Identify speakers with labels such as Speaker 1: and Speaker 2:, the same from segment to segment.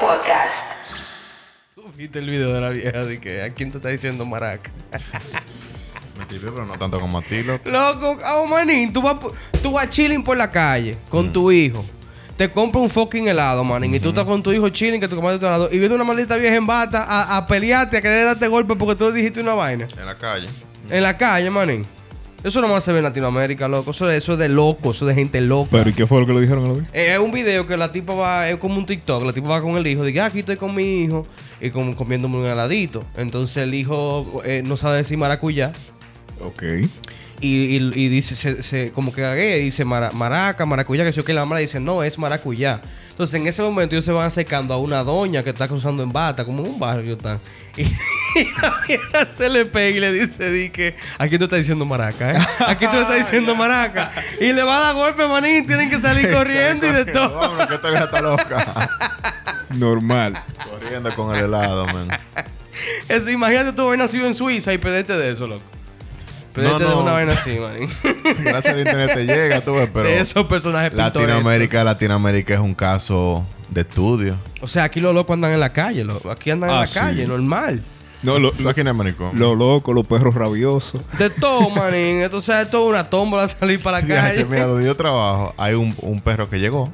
Speaker 1: Podcast.
Speaker 2: Tú viste el video de la vieja de que a quién tú estás diciendo maraca.
Speaker 3: Me tripié, pero no tanto como a ti, loco.
Speaker 2: Loco, oh manín, tú vas, po- tú vas chilling por la calle con tu hijo. Te compra un fucking helado, manín. Y tú estás con tu hijo chilling que tú comaste tu helado. Y viene una maldita vieja en bata a, a pelearte, a querer darte golpe porque tú le dijiste una vaina.
Speaker 3: En la calle.
Speaker 2: En la calle, manín. Eso no más se ve en Latinoamérica, loco. Eso, eso es de loco, eso de gente loca.
Speaker 4: Pero ¿y qué fue lo que le dijeron a la vez?
Speaker 2: Eh, Es un video que la tipa va, es como un TikTok, la tipa va con el hijo, dice, "Ah, aquí estoy con mi hijo y como comiéndome un heladito. Entonces el hijo eh, no sabe decir maracuyá
Speaker 4: Ok.
Speaker 2: y, y- y dice, se- se- como que gaguea, y dice "Mara- maraca, maracuyá, que sé yo que la mamá le dice, no, es maracuyá. Entonces en ese momento ellos se van acercando a una doña que está cruzando en bata, como en un barrio tan. Y, y la vieja se le pega y le dice, di que, aquí tú estás diciendo maraca, ¿eh? Aquí tú estás diciendo maraca. Y le va a dar golpe, manín, y tienen que salir corriendo y de todo.
Speaker 3: Vámonos, que esta vieja está loca.
Speaker 4: Normal.
Speaker 3: Corriendo con el helado, man.
Speaker 2: Eso, imagínate tú haber nacido en Suiza y pedete de eso, loco. Pedete
Speaker 3: No,
Speaker 2: de
Speaker 3: no.
Speaker 2: una vaina así, manín.
Speaker 3: Gracias al internet te llega, tú ves, pero...
Speaker 2: de esos personajes pintorescos.
Speaker 3: Latinoamérica, Latinoamérica es un caso de estudio.
Speaker 2: O sea, aquí los locos andan en la calle, loco. Aquí andan en
Speaker 4: Ah,
Speaker 2: la
Speaker 4: sí.
Speaker 2: calle, normal.
Speaker 4: No, lo,
Speaker 3: ¿Tú
Speaker 4: lo,
Speaker 3: sabes quién es maricón?
Speaker 4: lo loco, los perros rabiosos.
Speaker 2: De todo, manín. Esto, o sea, esto es una tómbola salir para la
Speaker 3: Diache,
Speaker 2: calle.
Speaker 3: Mira, donde yo trabajo, hay un, un perro que llegó.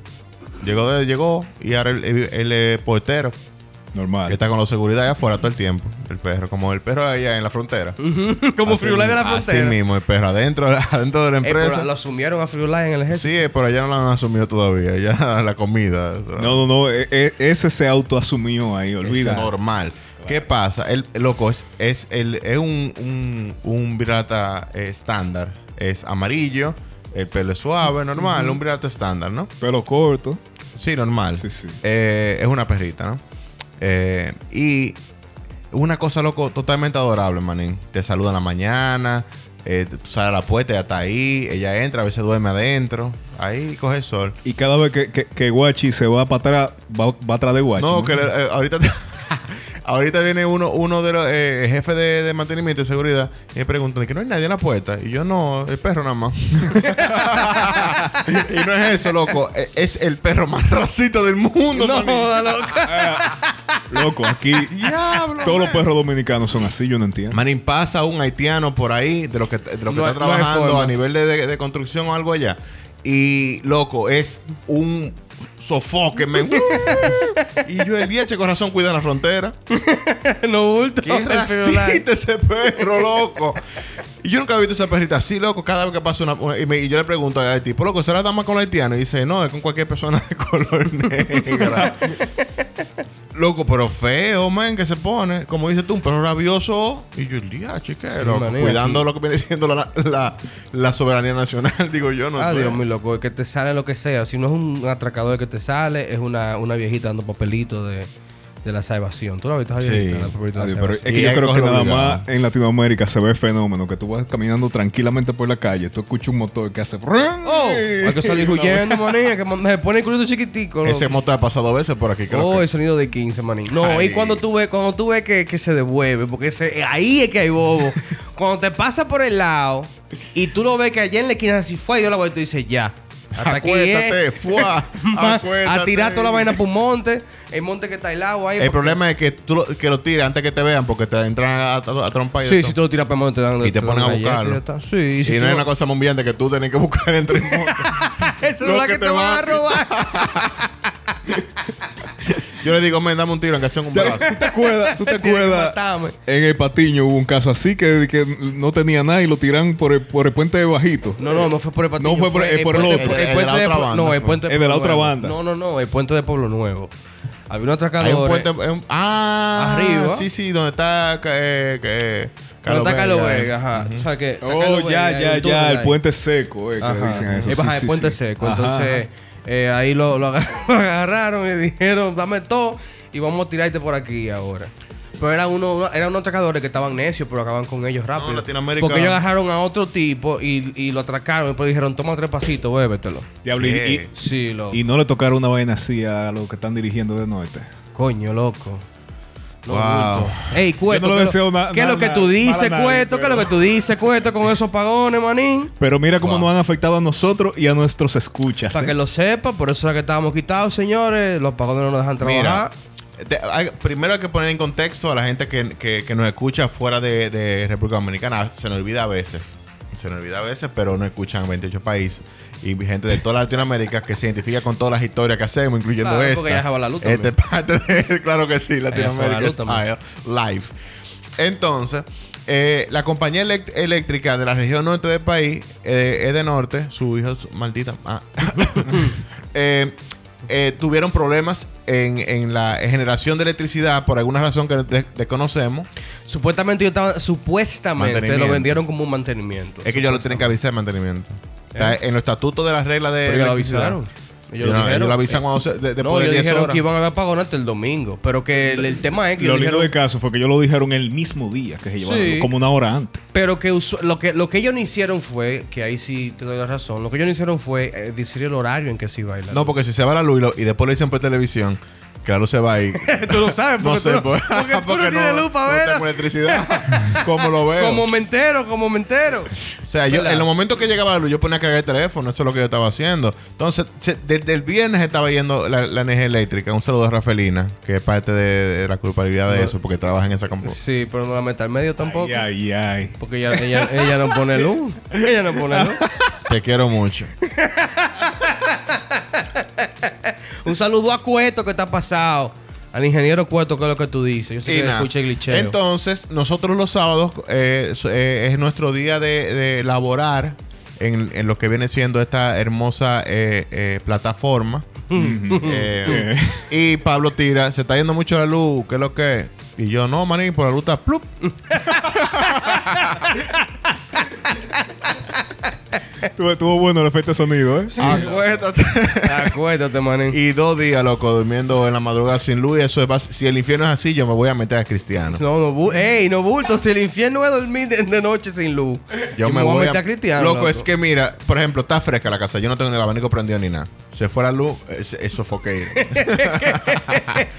Speaker 3: Llegó, de- llegó y ahora el, el- el, eh, portero que
Speaker 4: Normal.
Speaker 3: está con la seguridad allá afuera todo el tiempo. El perro, como el perro allá en la frontera.
Speaker 2: Como
Speaker 3: Así
Speaker 2: Friulay de la
Speaker 3: mismo,
Speaker 2: frontera.
Speaker 3: Así mismo, el perro adentro, adentro de la
Speaker 2: Eh, pero
Speaker 3: empresa.
Speaker 2: lo asumieron a Friulay en el ejército.
Speaker 3: Sí, eh, pero allá no lo han asumido todavía. Ya la comida. eso.
Speaker 4: No, no, no. e- e- ese se autoasumió ahí,
Speaker 3: Vida
Speaker 4: olvida.
Speaker 3: normal. ¿Qué pasa? El, el loco es, es, el, es un, un, un pirata eh, estándar. Es amarillo, el pelo es suave, normal, un pirata estándar, ¿no?
Speaker 4: Pelo corto.
Speaker 3: Sí, normal.
Speaker 4: Sí, sí.
Speaker 3: Eh, es una perrita, ¿no? Eh, y una cosa, loco, totalmente adorable, manín. Te saluda en la mañana, eh, tú sales a la puerta, ella está ahí, ella entra, a veces duerme adentro, ahí coge el sol.
Speaker 4: Y cada vez que, que, que Guachi se va para atrás, va, va atrás de Guachi.
Speaker 3: No, que le- eh, ahorita, ahorita viene uno, uno de los eh, jefes de, de mantenimiento y seguridad y me preguntan que no hay nadie en la puerta. Y yo no, el perro nada más. y no es eso, loco. e- Es el perro más racista del mundo.
Speaker 2: No,
Speaker 3: manín.
Speaker 2: joda, loco.
Speaker 4: Loco, aquí
Speaker 3: Diablo.
Speaker 4: todos
Speaker 3: man.
Speaker 4: los perros dominicanos son así, yo no entiendo.
Speaker 3: Manín pasa un haitiano por ahí de lo que, de lo que
Speaker 2: No hay-
Speaker 3: está
Speaker 2: no hay
Speaker 3: trabajando
Speaker 2: forma.
Speaker 3: a nivel de, de- de construcción o algo allá. Y loco, es un sofoque. men. y yo el día, che, corazón, cuida la frontera.
Speaker 2: no bulto.
Speaker 3: ¿Qué
Speaker 2: el Friulay.
Speaker 3: racista ese perro, loco? Y yo nunca he visto esa perrita así, loco. Cada vez que pasa una... una- Y, me- y yo le pregunto al tipo, loco, ¿será dama con la haitiana? Y dice, no, es con cualquier persona de color negra. loco, pero feo, man, que se pone. Como dices tú, un perro rabioso. Y yo, el día,
Speaker 2: Sí,
Speaker 3: chiquero.
Speaker 2: maní,
Speaker 3: cuidando
Speaker 2: aquí.
Speaker 3: lo que viene siendo la, la- la soberanía nacional. Digo yo, no
Speaker 2: Ah,
Speaker 3: sé.
Speaker 2: Dios mío, loco, es que te sale lo que sea. Si no es un atracador que te sale, es una, una viejita dando papelito de, de la salvación. ¿Tú la viste, Javier?
Speaker 3: Sí.
Speaker 2: La papelito de la
Speaker 4: Adiós, pero es
Speaker 2: salvación.
Speaker 3: Y
Speaker 4: que yo
Speaker 3: hay
Speaker 4: creo que
Speaker 3: cosas
Speaker 4: nada
Speaker 3: obligadas.
Speaker 4: más en Latinoamérica se ve el fenómeno que tú vas caminando tranquilamente por la calle, tú escuchas un motor que hace.
Speaker 2: Oh, hay que salir huyendo, manín. hay Que man- se pone el culito chiquitico. loco.
Speaker 3: Ese moto ha pasado dos veces por aquí, creo
Speaker 2: Oh,
Speaker 3: que.
Speaker 2: el sonido de 15, manín. No,
Speaker 3: Ay.
Speaker 2: y cuando tú ves, cuando tú ves que, que se devuelve, porque ese, eh, ahí es que hay bobo. cuando te pasa por el lado y tú lo ves que allá en la esquina así fue, y yo la vuelta y dices, ya. Hasta aquí es.
Speaker 3: Acuéstate, fuá.
Speaker 2: Ma-
Speaker 3: Acuéstate.
Speaker 2: A tirar toda la vaina por un monte, el monte que está al lado ahí.
Speaker 3: El
Speaker 2: porque-
Speaker 3: problema es que tú lo, que lo tires antes que te vean porque te entran a, a- a trompar y de
Speaker 2: Sí,
Speaker 3: todo.
Speaker 2: si tú lo tiras para el monte, te dan
Speaker 3: Y te ponen
Speaker 2: dan
Speaker 3: a
Speaker 2: una yeta y
Speaker 3: buscarlo.
Speaker 2: ya está. Sí, y si
Speaker 3: y no
Speaker 2: tú-
Speaker 3: es una cosa muy bien de que tú tenés que buscar entre el mundo.
Speaker 2: Esa es
Speaker 3: lo
Speaker 2: la
Speaker 3: que
Speaker 2: que
Speaker 3: te
Speaker 2: te van a
Speaker 3: mate.
Speaker 2: robar.
Speaker 3: Yo le digo, men, dame un tiro, aunque sea un brazo.
Speaker 4: ¿Tú te acuerdas? ¿Tú te
Speaker 2: Tienes que
Speaker 4: acuerdas?
Speaker 2: matarme.
Speaker 4: En el patiño hubo un caso así que, que no tenía nada y lo tiran por el, por el puente de bajito.
Speaker 2: No, no, no fue por el patiño.
Speaker 4: No fue por- es por el
Speaker 2: puente-
Speaker 4: otro.
Speaker 3: El de la
Speaker 2: de
Speaker 3: otra
Speaker 2: Pu-
Speaker 3: banda.
Speaker 2: No, el puente
Speaker 4: Es de la
Speaker 2: Pueblo
Speaker 4: otra
Speaker 2: Nuevo.
Speaker 4: banda.
Speaker 2: No, no, no, el puente de Pueblo Nuevo. Había un
Speaker 3: Hay un
Speaker 2: atracador.
Speaker 3: puente.
Speaker 2: eh,
Speaker 3: hay un- ah,
Speaker 2: Arriba.
Speaker 3: Sí, sí, donde está. Eh, que-
Speaker 2: Donde está Carlos Vega,
Speaker 3: eh.
Speaker 2: ajá. O sea que. está
Speaker 4: Oh,
Speaker 2: Carlos
Speaker 4: ya,
Speaker 2: Vega,
Speaker 4: ya,
Speaker 2: hay un túnel
Speaker 4: ya. El
Speaker 2: ahí.
Speaker 4: puente seco, eh, que le
Speaker 2: Ajá.
Speaker 4: dicen eso.
Speaker 2: Eh,
Speaker 4: Sí,
Speaker 2: baja, el
Speaker 4: sí,
Speaker 2: puente
Speaker 4: sí.
Speaker 2: seco.
Speaker 4: Ajá,
Speaker 2: Entonces, eh, ahí lo, lo agar- lo agarraron y dijeron, dame todo y vamos a tirarte por aquí ahora. Pero eran uno, uno- eran unos atracadores que estaban necios, pero acaban con ellos rápido.
Speaker 3: Latinoamérica-
Speaker 2: Porque ellos agarraron a otro tipo y, y lo atracaron. Y después dijeron, toma tres pasitos, bébetelo.
Speaker 4: ajá. Diablo, y- y,
Speaker 3: ¿Qué?
Speaker 2: Sí, loco.
Speaker 4: y no le tocaron una vaina así a los que están dirigiendo de norte.
Speaker 2: Coño, loco. No,
Speaker 3: Wow.
Speaker 2: bulto. Ey, Cueto.
Speaker 4: le
Speaker 2: ¿qué lo-
Speaker 4: deseo na-
Speaker 2: ¿Qué es lo
Speaker 4: na-
Speaker 2: que
Speaker 4: na-
Speaker 2: tú dices,
Speaker 4: mal a nadie,
Speaker 2: Cueto? ¿Qué es lo que
Speaker 4: pero-
Speaker 2: tú dices, Cueto, con esos pagones, manín?
Speaker 4: Pero mira cómo
Speaker 3: Wow.
Speaker 4: nos han afectado a nosotros y a nuestros escuchas.
Speaker 2: Para
Speaker 4: eh.
Speaker 2: que lo sepa, por eso era que estábamos quitados, señores. Los pagones no nos dejan trabajar.
Speaker 3: Mira, te- hay- primero hay que poner en contexto a la gente que, que- que nos escucha fuera de, de República Dominicana. Se nos olvida a veces. Se nos olvida a veces, pero nos escuchan 28 países. Y gente de toda Latinoamérica que se identifica con todas las historias que hacemos, incluyendo
Speaker 2: Claro,
Speaker 3: esta.
Speaker 2: porque ella se va a la luz
Speaker 3: Este
Speaker 2: también.
Speaker 3: parte de- claro que sí,
Speaker 2: se va a la
Speaker 3: Latinoamérica
Speaker 2: luz también.
Speaker 3: Style Live. Entonces, eh, la compañía elec- eléctrica de la región norte del país, eh, es de norte, su hijo es maldita. ah. Eh, eh, tuvieron problemas en, en la generación de electricidad por alguna razón que de- desconocemos.
Speaker 2: Supuestamente yo estaba, supuestamente lo
Speaker 3: Mantenimiento.
Speaker 2: vendieron como un mantenimiento.
Speaker 3: Es que ellos lo tienen que avisar de mantenimiento. Está
Speaker 2: ¿Eh?
Speaker 3: en los estatutos de las reglas de
Speaker 2: Pero ellos lo
Speaker 3: electricidad.
Speaker 2: avisaron.
Speaker 3: Ellos no- ellos lo avisan cuando se- de- después
Speaker 2: no,
Speaker 3: de
Speaker 2: ellos
Speaker 3: 10
Speaker 2: dijeron
Speaker 3: horas.
Speaker 2: que iban a haber apagón hasta el domingo. Pero que el, el tema es que
Speaker 4: Lo
Speaker 2: ellos
Speaker 4: lindo
Speaker 2: dijeron-
Speaker 4: del caso fue que ellos lo dijeron el mismo día que se llevaron,
Speaker 2: Sí.
Speaker 4: como una hora antes.
Speaker 2: Pero que, usu- lo que lo que ellos no hicieron fue, que ahí sí te doy la razón, lo que ellos no hicieron fue eh, decir el horario en que se iba a ir la
Speaker 3: No,
Speaker 2: luz.
Speaker 3: porque si se va la luz y, lo- y después lo dicen por televisión, que la luz se va ahí.
Speaker 2: tú lo sabes,
Speaker 3: No sé, pues. no
Speaker 2: verla.
Speaker 3: tengo electricidad. Como lo veo.
Speaker 2: Como me entero, como me entero.
Speaker 3: O sea, yo,
Speaker 2: ¿Verdad?
Speaker 3: en los momentos que llegaba la luz, yo ponía a cargar el teléfono. Eso es lo que yo estaba haciendo. Entonces, se- desde el viernes estaba yendo la, la energía eléctrica. Un saludo a Rafelina, que es parte de, de la culpabilidad de eso, porque trabaja en esa compañía.
Speaker 2: Sí, pero no la meta al medio tampoco.
Speaker 4: Ay, ay, ay.
Speaker 2: Porque ella, ella, ella no pone luz. Ella no pone luz.
Speaker 3: Te quiero mucho.
Speaker 2: Un saludo a Cueto que está pasado. Al ingeniero Cueto, que es lo que tú dices. Yo sé
Speaker 3: Y
Speaker 2: que
Speaker 3: nada.
Speaker 2: escucha el glitcheo.
Speaker 3: Entonces, nosotros los sábados eh, so- eh, es nuestro día de, de laborar en, en lo que viene siendo esta hermosa eh, eh, plataforma.
Speaker 2: Mm.
Speaker 3: Eh, y Pablo tira, se está yendo mucho la luz, ¿qué es lo que es? Y yo, no, maní, por la luz está plup.
Speaker 4: Estuvo, estuvo bueno el efecto de sonido, ¿eh?
Speaker 3: Acuéstate.
Speaker 2: Acuérdate, Ah, manín.
Speaker 3: y dos días, loco, durmiendo en la madrugada sin luz. y Eso es bas- si el infierno es así, yo me voy a meter a cristiano.
Speaker 2: No, no, bu- ey, no bulto. Si el infierno es dormir de, de noche sin luz.
Speaker 3: Yo me,
Speaker 2: voy a meter a cristiano.
Speaker 3: Loco, es que mira, por ejemplo, está fresca la casa. Yo no tengo ni el abanico prendido ni nada. Se fue la luz, es, es sufocate.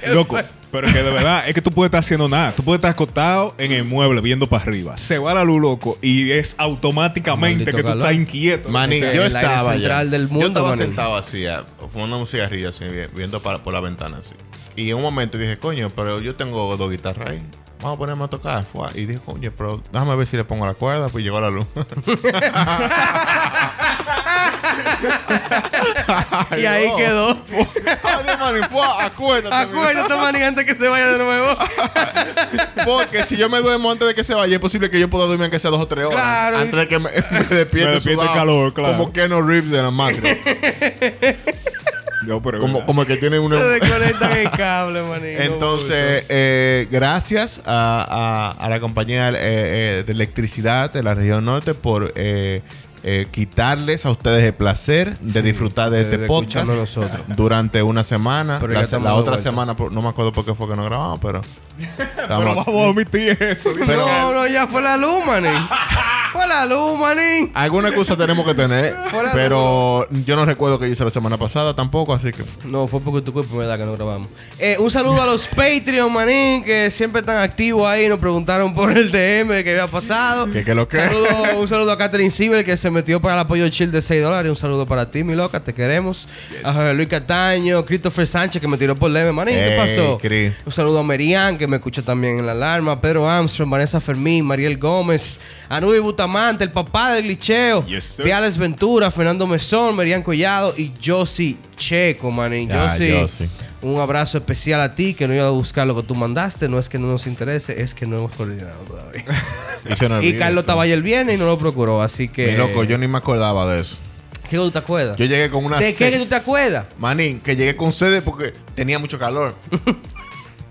Speaker 4: Loco. Pero que de verdad, es que tú puedes estar haciendo nada. Tú puedes estar acostado en el mueble viendo para arriba. Se va la luz, loco. Y es automáticamente
Speaker 2: Maldito
Speaker 4: que tú
Speaker 2: calor.
Speaker 4: estás inquieto.
Speaker 3: Maní,
Speaker 2: Ese es
Speaker 3: yo
Speaker 2: el aire
Speaker 3: estaba allá.
Speaker 2: central del
Speaker 3: yo
Speaker 2: mundo,
Speaker 3: estaba
Speaker 2: maní.
Speaker 3: sentado así, ah, fumando un cigarrillo así, vi- viendo para- por la ventana así. Y en un momento dije, coño, pero yo tengo dos guitarras ahí. Vamos a ponerme a tocar. Fua. Y dije, coño, pero déjame ver si le pongo la cuerda. Pues llegó la luz.
Speaker 2: Y ahí
Speaker 3: no.
Speaker 2: quedó.
Speaker 3: Adiós, maní. Fua, acuérdate.
Speaker 2: Acuérdate, manín, antes que se vaya de nuevo.
Speaker 3: Porque si yo me duermo antes de que se vaya, es posible que yo pueda dormir aunque sea dos o tres horas.
Speaker 2: Claro.
Speaker 3: Antes de que me, me despierte,
Speaker 4: Me despierte
Speaker 3: sudado,
Speaker 4: calor, claro.
Speaker 3: Como que no rips de la máquina.
Speaker 4: No, pero es
Speaker 3: como,
Speaker 4: verdad.
Speaker 3: como el que tiene uno.
Speaker 2: Te desconectan el cable, manín. no
Speaker 3: Entonces, eh, gracias a, a- a la compañía eh, eh, de electricidad de la región norte por eh, eh, quitarles a ustedes el placer de disfrutar de,
Speaker 2: de-
Speaker 3: este
Speaker 2: de
Speaker 3: podcast
Speaker 2: escucharlo nosotros.
Speaker 3: durante una semana.
Speaker 2: Pero ya
Speaker 3: la se-
Speaker 2: estamos
Speaker 3: la
Speaker 2: de
Speaker 3: otra
Speaker 2: vuelta.
Speaker 3: semana, por- no me acuerdo por qué fue que no grabamos, pero.
Speaker 4: Pero
Speaker 3: estamos-
Speaker 4: vamos a omitir eso.
Speaker 2: bulto.
Speaker 3: pero-
Speaker 2: No, no, ya fue la luz, manín. fue la luz, manín.
Speaker 3: Alguna excusa tenemos que tener,
Speaker 2: Fuera de
Speaker 3: pero yo no recuerdo que hice la semana pasada tampoco, así que
Speaker 2: No, fue porque tu cuerpo me da que no grabamos. Eh, un saludo a los Patreon, manín, que siempre están activos ahí. Nos preguntaron por el DM de que había pasado.
Speaker 3: ¿Qué- qué lo que?
Speaker 2: Saludo- un saludo a Catherine Sibel, que se metió para el apoyo chill de 6 dólares. Un saludo para ti, mi loca, te queremos. A José Luis Cataño, Christopher Sánchez, que me tiró por DM, manín. ¿Qué
Speaker 3: Ey,
Speaker 2: pasó?
Speaker 3: Cris.
Speaker 2: Un saludo a Merian, que me escucha también en la alarma. Pedro Armstrong, Vanessa Fermín, Mariel Gómez, Anubi Butamante, el papá del licheo.
Speaker 4: Yes, sir.
Speaker 2: Viales Ventura, Fernando Mesón, Merian Collado y Josie Checo, manín.
Speaker 3: Ah,
Speaker 2: Yossi,
Speaker 3: Yossi.
Speaker 2: un abrazo especial a ti, que no iba a buscar lo que tú mandaste. No es que no nos interese, es que no hemos coordinado todavía.
Speaker 3: hice una
Speaker 2: y Carlos Taballa el viernes y no lo procuró, así que...
Speaker 3: Ah, Mi loco, yo ni me acordaba de eso.
Speaker 2: ¿Qué tú te acuerdas?
Speaker 3: Yo llegué con una
Speaker 2: ¿De qué
Speaker 3: sed.
Speaker 2: que tú te acuerdas?
Speaker 3: Manín, que llegué con sede porque tenía mucho calor.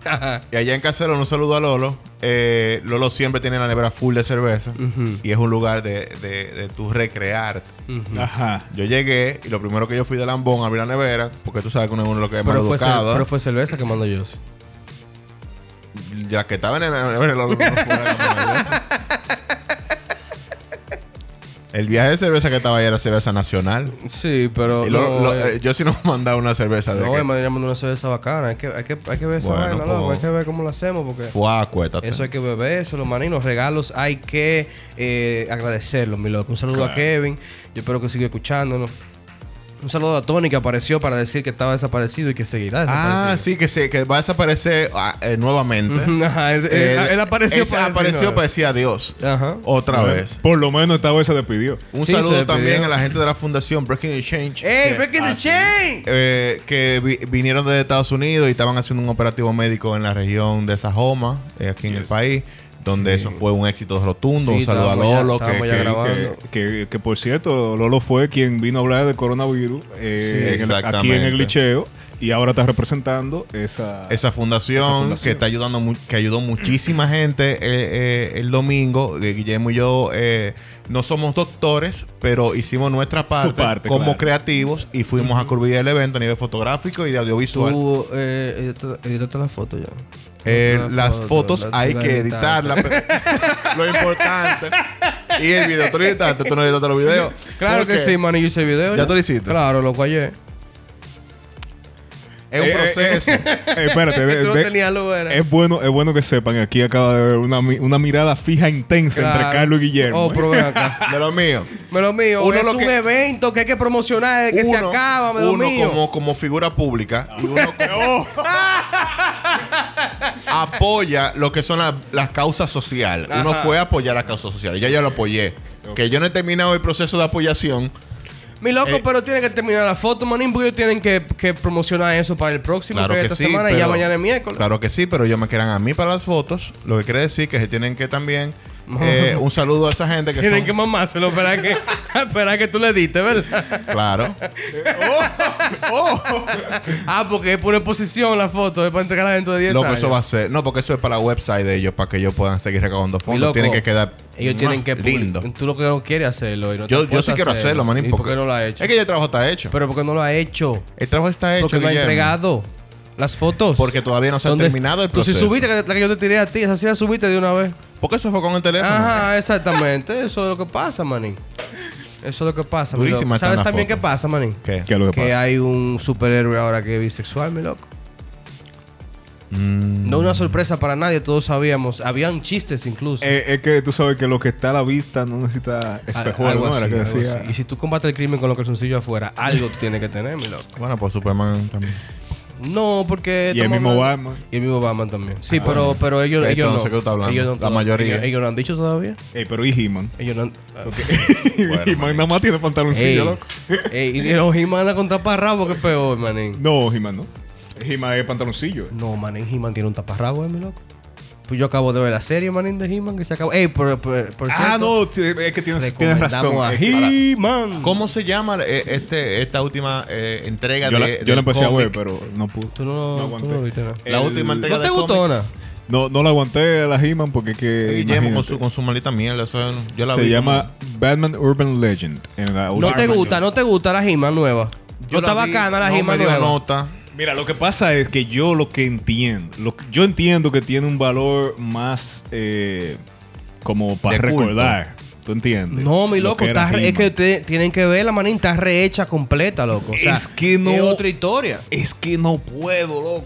Speaker 2: Ajá.
Speaker 3: Y allá en Casero, un saludo a Lolo. Eh, Lolo siempre tiene la nevera full de cerveza.
Speaker 2: Ujú.
Speaker 3: Y es un lugar de, de, de tu recrearte.
Speaker 2: Ujú.
Speaker 4: Ajá.
Speaker 3: Yo llegué y lo primero que yo fui de Lambón, abrí la nevera, porque tú sabes que uno es uno de los que es más
Speaker 2: Pero fue, cer-
Speaker 3: educado.
Speaker 2: pero fue cerveza que mandó yo.
Speaker 3: Ya que estaba en el, en el- en el- El viaje de cerveza que estaba ahí era cerveza nacional.
Speaker 2: Sí, pero...
Speaker 3: Y
Speaker 2: no,
Speaker 3: lo- lo-
Speaker 2: eh,
Speaker 3: eh, yo sí nos mandaba una cerveza de
Speaker 2: No,
Speaker 3: que
Speaker 2: me mandando una cerveza bacana. Hay que, hay que, hay que ver esa
Speaker 3: Bueno,
Speaker 2: vaina, loco.
Speaker 3: pues.
Speaker 2: Hay que ver cómo lo hacemos porque...
Speaker 3: fue cuétate.
Speaker 2: Eso hay que beber, eso los manín, los regalos hay que eh, agradecerlos, mi loco. Un saludo a
Speaker 4: Claro.
Speaker 2: Kevin, yo espero que siga escuchándonos. Un saludo a Tony que apareció para decir que estaba desaparecido y que seguirá
Speaker 3: Ah,
Speaker 2: desaparecido.
Speaker 3: sí, que, se, que va a desaparecer ah, eh, nuevamente.
Speaker 2: Ujú, ajá, él,
Speaker 3: Eh,
Speaker 2: él- él apareció
Speaker 3: él
Speaker 2: para decir
Speaker 3: apareció
Speaker 2: nada.
Speaker 3: para decir Oh, adiós.
Speaker 2: Ajá.
Speaker 3: Otra
Speaker 4: Bueno,
Speaker 3: vez.
Speaker 4: Por lo menos esta vez se despidió.
Speaker 3: Un
Speaker 2: Sí, se
Speaker 3: saludo también
Speaker 2: despidió. Eh.
Speaker 3: a la gente de la fundación Breaking the Change.
Speaker 2: ¡Ey,
Speaker 3: que-
Speaker 2: breaking the chain!
Speaker 3: eh, que vi- vinieron desde Estados Unidos y estaban haciendo un operativo médico en la región de Sajoma, eh, aquí en el
Speaker 4: Yes.
Speaker 3: país, donde eso fue un éxito rotundo.
Speaker 2: Sí,
Speaker 3: un saludo a
Speaker 2: estábamos ya-
Speaker 3: Lolo, que,
Speaker 2: estábamos ya
Speaker 3: que-
Speaker 2: grabando.
Speaker 4: Que, que- que, por cierto, Lolo fue quien vino a hablar de coronavirus eh,
Speaker 3: Sí,
Speaker 4: en el- aquí en
Speaker 3: exactamente.
Speaker 4: el glitcheo y ahora está representando esa...
Speaker 3: esa fundación,
Speaker 4: Esa fundación.
Speaker 3: que está ayudando mu- que ayudó muchísima gente eh, eh, el domingo Eh, Guillermo y yo eh, no somos doctores pero hicimos nuestra parte,
Speaker 4: parte,
Speaker 3: como
Speaker 4: claro.
Speaker 3: creativos y fuimos a cubrir el evento a nivel fotográfico y de audiovisual
Speaker 2: Tú, eh, edita- edita la foto ya.
Speaker 3: Eh,
Speaker 2: Edita la
Speaker 3: las
Speaker 2: foto,
Speaker 3: fotos
Speaker 2: la-
Speaker 3: hay
Speaker 2: la
Speaker 3: que
Speaker 2: editar.
Speaker 3: editarlas pero- lo importante y el video tú lo editaste tú no editaste los videos
Speaker 2: Claro
Speaker 3: ¿Por
Speaker 2: que
Speaker 3: qué?
Speaker 2: sí, mano. Yo hice el video.
Speaker 3: ¿Ya tú lo hiciste? Eh,
Speaker 2: Claro, loco, ayer.
Speaker 3: es un
Speaker 4: Eh, eh,
Speaker 3: proceso
Speaker 4: eh, espérate, de-
Speaker 2: Tú Este no
Speaker 4: de-
Speaker 2: tenías luz, era.
Speaker 4: es bueno, es bueno que sepan que aquí acaba de haber una, mi- una mirada fija intensa entre
Speaker 2: Claro.
Speaker 4: Carlos y Guillermo.
Speaker 2: Oh,
Speaker 4: ¿eh?
Speaker 2: pero ven acá.
Speaker 3: de lo mío
Speaker 2: Me lo mío,
Speaker 3: Uno
Speaker 2: es
Speaker 3: lo
Speaker 2: un
Speaker 3: que-
Speaker 2: evento que hay que promocionar desde que se
Speaker 3: Uno-
Speaker 2: acaba, me lo
Speaker 3: uno
Speaker 2: mío.
Speaker 3: como, como figura pública y uno
Speaker 4: Oh.
Speaker 3: como- apoya lo que son la- las causas sociales. Uno
Speaker 2: Ajá.
Speaker 3: fue a apoyar las causas sociales. Ya yo lo apoyé. Que yo no he terminado el proceso de apoyación.
Speaker 2: Mi loco,
Speaker 3: Eh,
Speaker 2: pero tiene que terminar la foto, manín, porque ellos tienen que, que promocionar eso para el próximo,
Speaker 3: Claro
Speaker 2: que,
Speaker 3: que
Speaker 2: esta
Speaker 3: sí.
Speaker 2: semana y ya
Speaker 3: pero-
Speaker 2: mañana es miércoles.
Speaker 3: Claro que sí, pero ellos me quedan a mí para las fotos. Lo que quiere decir que se tienen que también. eh, un saludo a esa gente que
Speaker 2: Tienen
Speaker 3: son-
Speaker 2: que mamárselo, espera que, espera que tú le diste, ¿verdad?
Speaker 3: Claro.
Speaker 2: ah, porque es por exposición la foto, es para entregarla dentro de 10
Speaker 3: Loco,
Speaker 2: años.
Speaker 3: eso va a ser. No, porque eso es para la website de ellos, para que ellos puedan seguir recaudando
Speaker 2: Mi
Speaker 3: fondos.
Speaker 2: loco,
Speaker 3: tienen que quedar.
Speaker 2: Ellos
Speaker 3: ¡mua!
Speaker 2: tienen que public-
Speaker 3: Lindo.
Speaker 2: Tú lo que no quieres hacerlo. y no te
Speaker 3: Yo, yo sí
Speaker 2: importa
Speaker 3: quiero hacerlo, manín.
Speaker 2: ¿Y por qué no lo ha hecho?
Speaker 3: Es que ya el trabajo está hecho.
Speaker 2: Pero ¿por qué no lo ha hecho?
Speaker 3: el trabajo está hecho.
Speaker 2: Porque no ha
Speaker 3: Guillermo.
Speaker 2: entregado las fotos.
Speaker 3: Porque todavía no se ha
Speaker 2: ¿Dónde es-
Speaker 3: terminado el
Speaker 2: Tú
Speaker 3: proceso.
Speaker 2: si subiste la la que yo te tiré a ti, esa sí la subiste de una vez.
Speaker 3: Porque eso fue con el teléfono.
Speaker 2: Ajá, exactamente. Eso es lo que pasa, manín. Eso es lo que pasa, mi loco.
Speaker 3: Durísima está
Speaker 2: ¿Sabes
Speaker 3: una
Speaker 2: también
Speaker 3: foto.
Speaker 2: qué pasa, manín?
Speaker 3: ¿Qué?
Speaker 4: ¿Qué es lo que
Speaker 2: Que
Speaker 4: pasa?
Speaker 2: hay un superhéroe ahora que es bisexual, mi loco.
Speaker 3: Mm,
Speaker 2: No una sorpresa para nadie, todos sabíamos. Habían chistes incluso.
Speaker 4: Eh, es que tú sabes que lo que está a la vista no necesita
Speaker 2: A-
Speaker 4: espejuelo,
Speaker 2: algo
Speaker 4: ¿no? Era
Speaker 2: así,
Speaker 4: que
Speaker 2: algo
Speaker 4: decía.
Speaker 2: así. Y si tú combates el crimen con los calzoncillos afuera, algo tú tienes que tener, mi loco.
Speaker 3: Bueno, pues Superman también.
Speaker 2: No, porque...
Speaker 4: Y el
Speaker 2: estamos
Speaker 4: mismo
Speaker 2: hablando-
Speaker 4: Batman.
Speaker 2: Y el mismo Batman también. Ah, Sí, pero, pero ellos,
Speaker 3: Entonces,
Speaker 2: ellos no.
Speaker 3: ¿qué tú estás hablando?
Speaker 2: Ellos no
Speaker 3: La
Speaker 2: todavía-
Speaker 3: mayoría.
Speaker 2: Ellos, ellos no han dicho todavía.
Speaker 4: Ey, pero y He-Man.
Speaker 2: Ellos no han...
Speaker 3: Bueno,
Speaker 4: He-Man nada más tiene
Speaker 2: Ey,
Speaker 4: pantaloncillo, loco.
Speaker 2: ey, y los He-Man andan con taparrabo, que es peor, manín.
Speaker 4: No, He-Man no. He-Man es pantaloncillo.
Speaker 2: No, manín, He-Man tiene un taparrabo, eh, mi loco. Pues yo acabo de ver la serie, manín, de He-Man que se acabó. Ey, por, por, por cierto,
Speaker 4: Ah, no, t- es que tienes, tienes
Speaker 2: recomendamos
Speaker 4: razón.
Speaker 2: a
Speaker 4: Es que-
Speaker 2: He-Man.
Speaker 3: ¿Cómo se llama eh, este, esta última eh, entrega
Speaker 4: Yo, la,
Speaker 3: de.
Speaker 4: yo la
Speaker 3: del
Speaker 4: empecé a
Speaker 3: cómic?
Speaker 4: ver, pero no pude.
Speaker 2: Tú no,
Speaker 4: No
Speaker 2: tú
Speaker 4: aguanté.
Speaker 2: no viste nada.
Speaker 4: Eh,
Speaker 3: La
Speaker 4: El-
Speaker 3: última entrega
Speaker 2: ¿No te
Speaker 3: de
Speaker 2: gustó,
Speaker 3: cómic.
Speaker 2: Ana?
Speaker 4: No, no la aguanté a la He-Man porque es que.
Speaker 3: Guillermo con
Speaker 4: imagínate.
Speaker 3: su, con su maldita mierda. eso no- yo la
Speaker 4: se
Speaker 3: vi.
Speaker 4: llama Batman Urban Legend. en la
Speaker 2: No
Speaker 4: última
Speaker 2: te
Speaker 4: versión.
Speaker 2: gusta, no te gusta la He-Man nueva.
Speaker 3: Yo
Speaker 2: no está
Speaker 3: vi,
Speaker 2: bacana la
Speaker 3: no
Speaker 2: He-Man
Speaker 3: me dio
Speaker 2: nueva.
Speaker 3: nota.
Speaker 4: Mira, lo que pasa es que yo lo que entiendo, lo que- yo entiendo que tiene un valor más eh, como para
Speaker 3: De culto.
Speaker 4: recordar. ¿Tú entiendes?
Speaker 2: No, mi
Speaker 4: Lo
Speaker 2: loco,
Speaker 4: era
Speaker 2: está re- es
Speaker 4: He-Man.
Speaker 2: que te- tienen que ver la manín, está rehecha completa, loco. O sea,
Speaker 4: Es que no-
Speaker 2: Es otra historia.
Speaker 4: Es que no puedo, loco.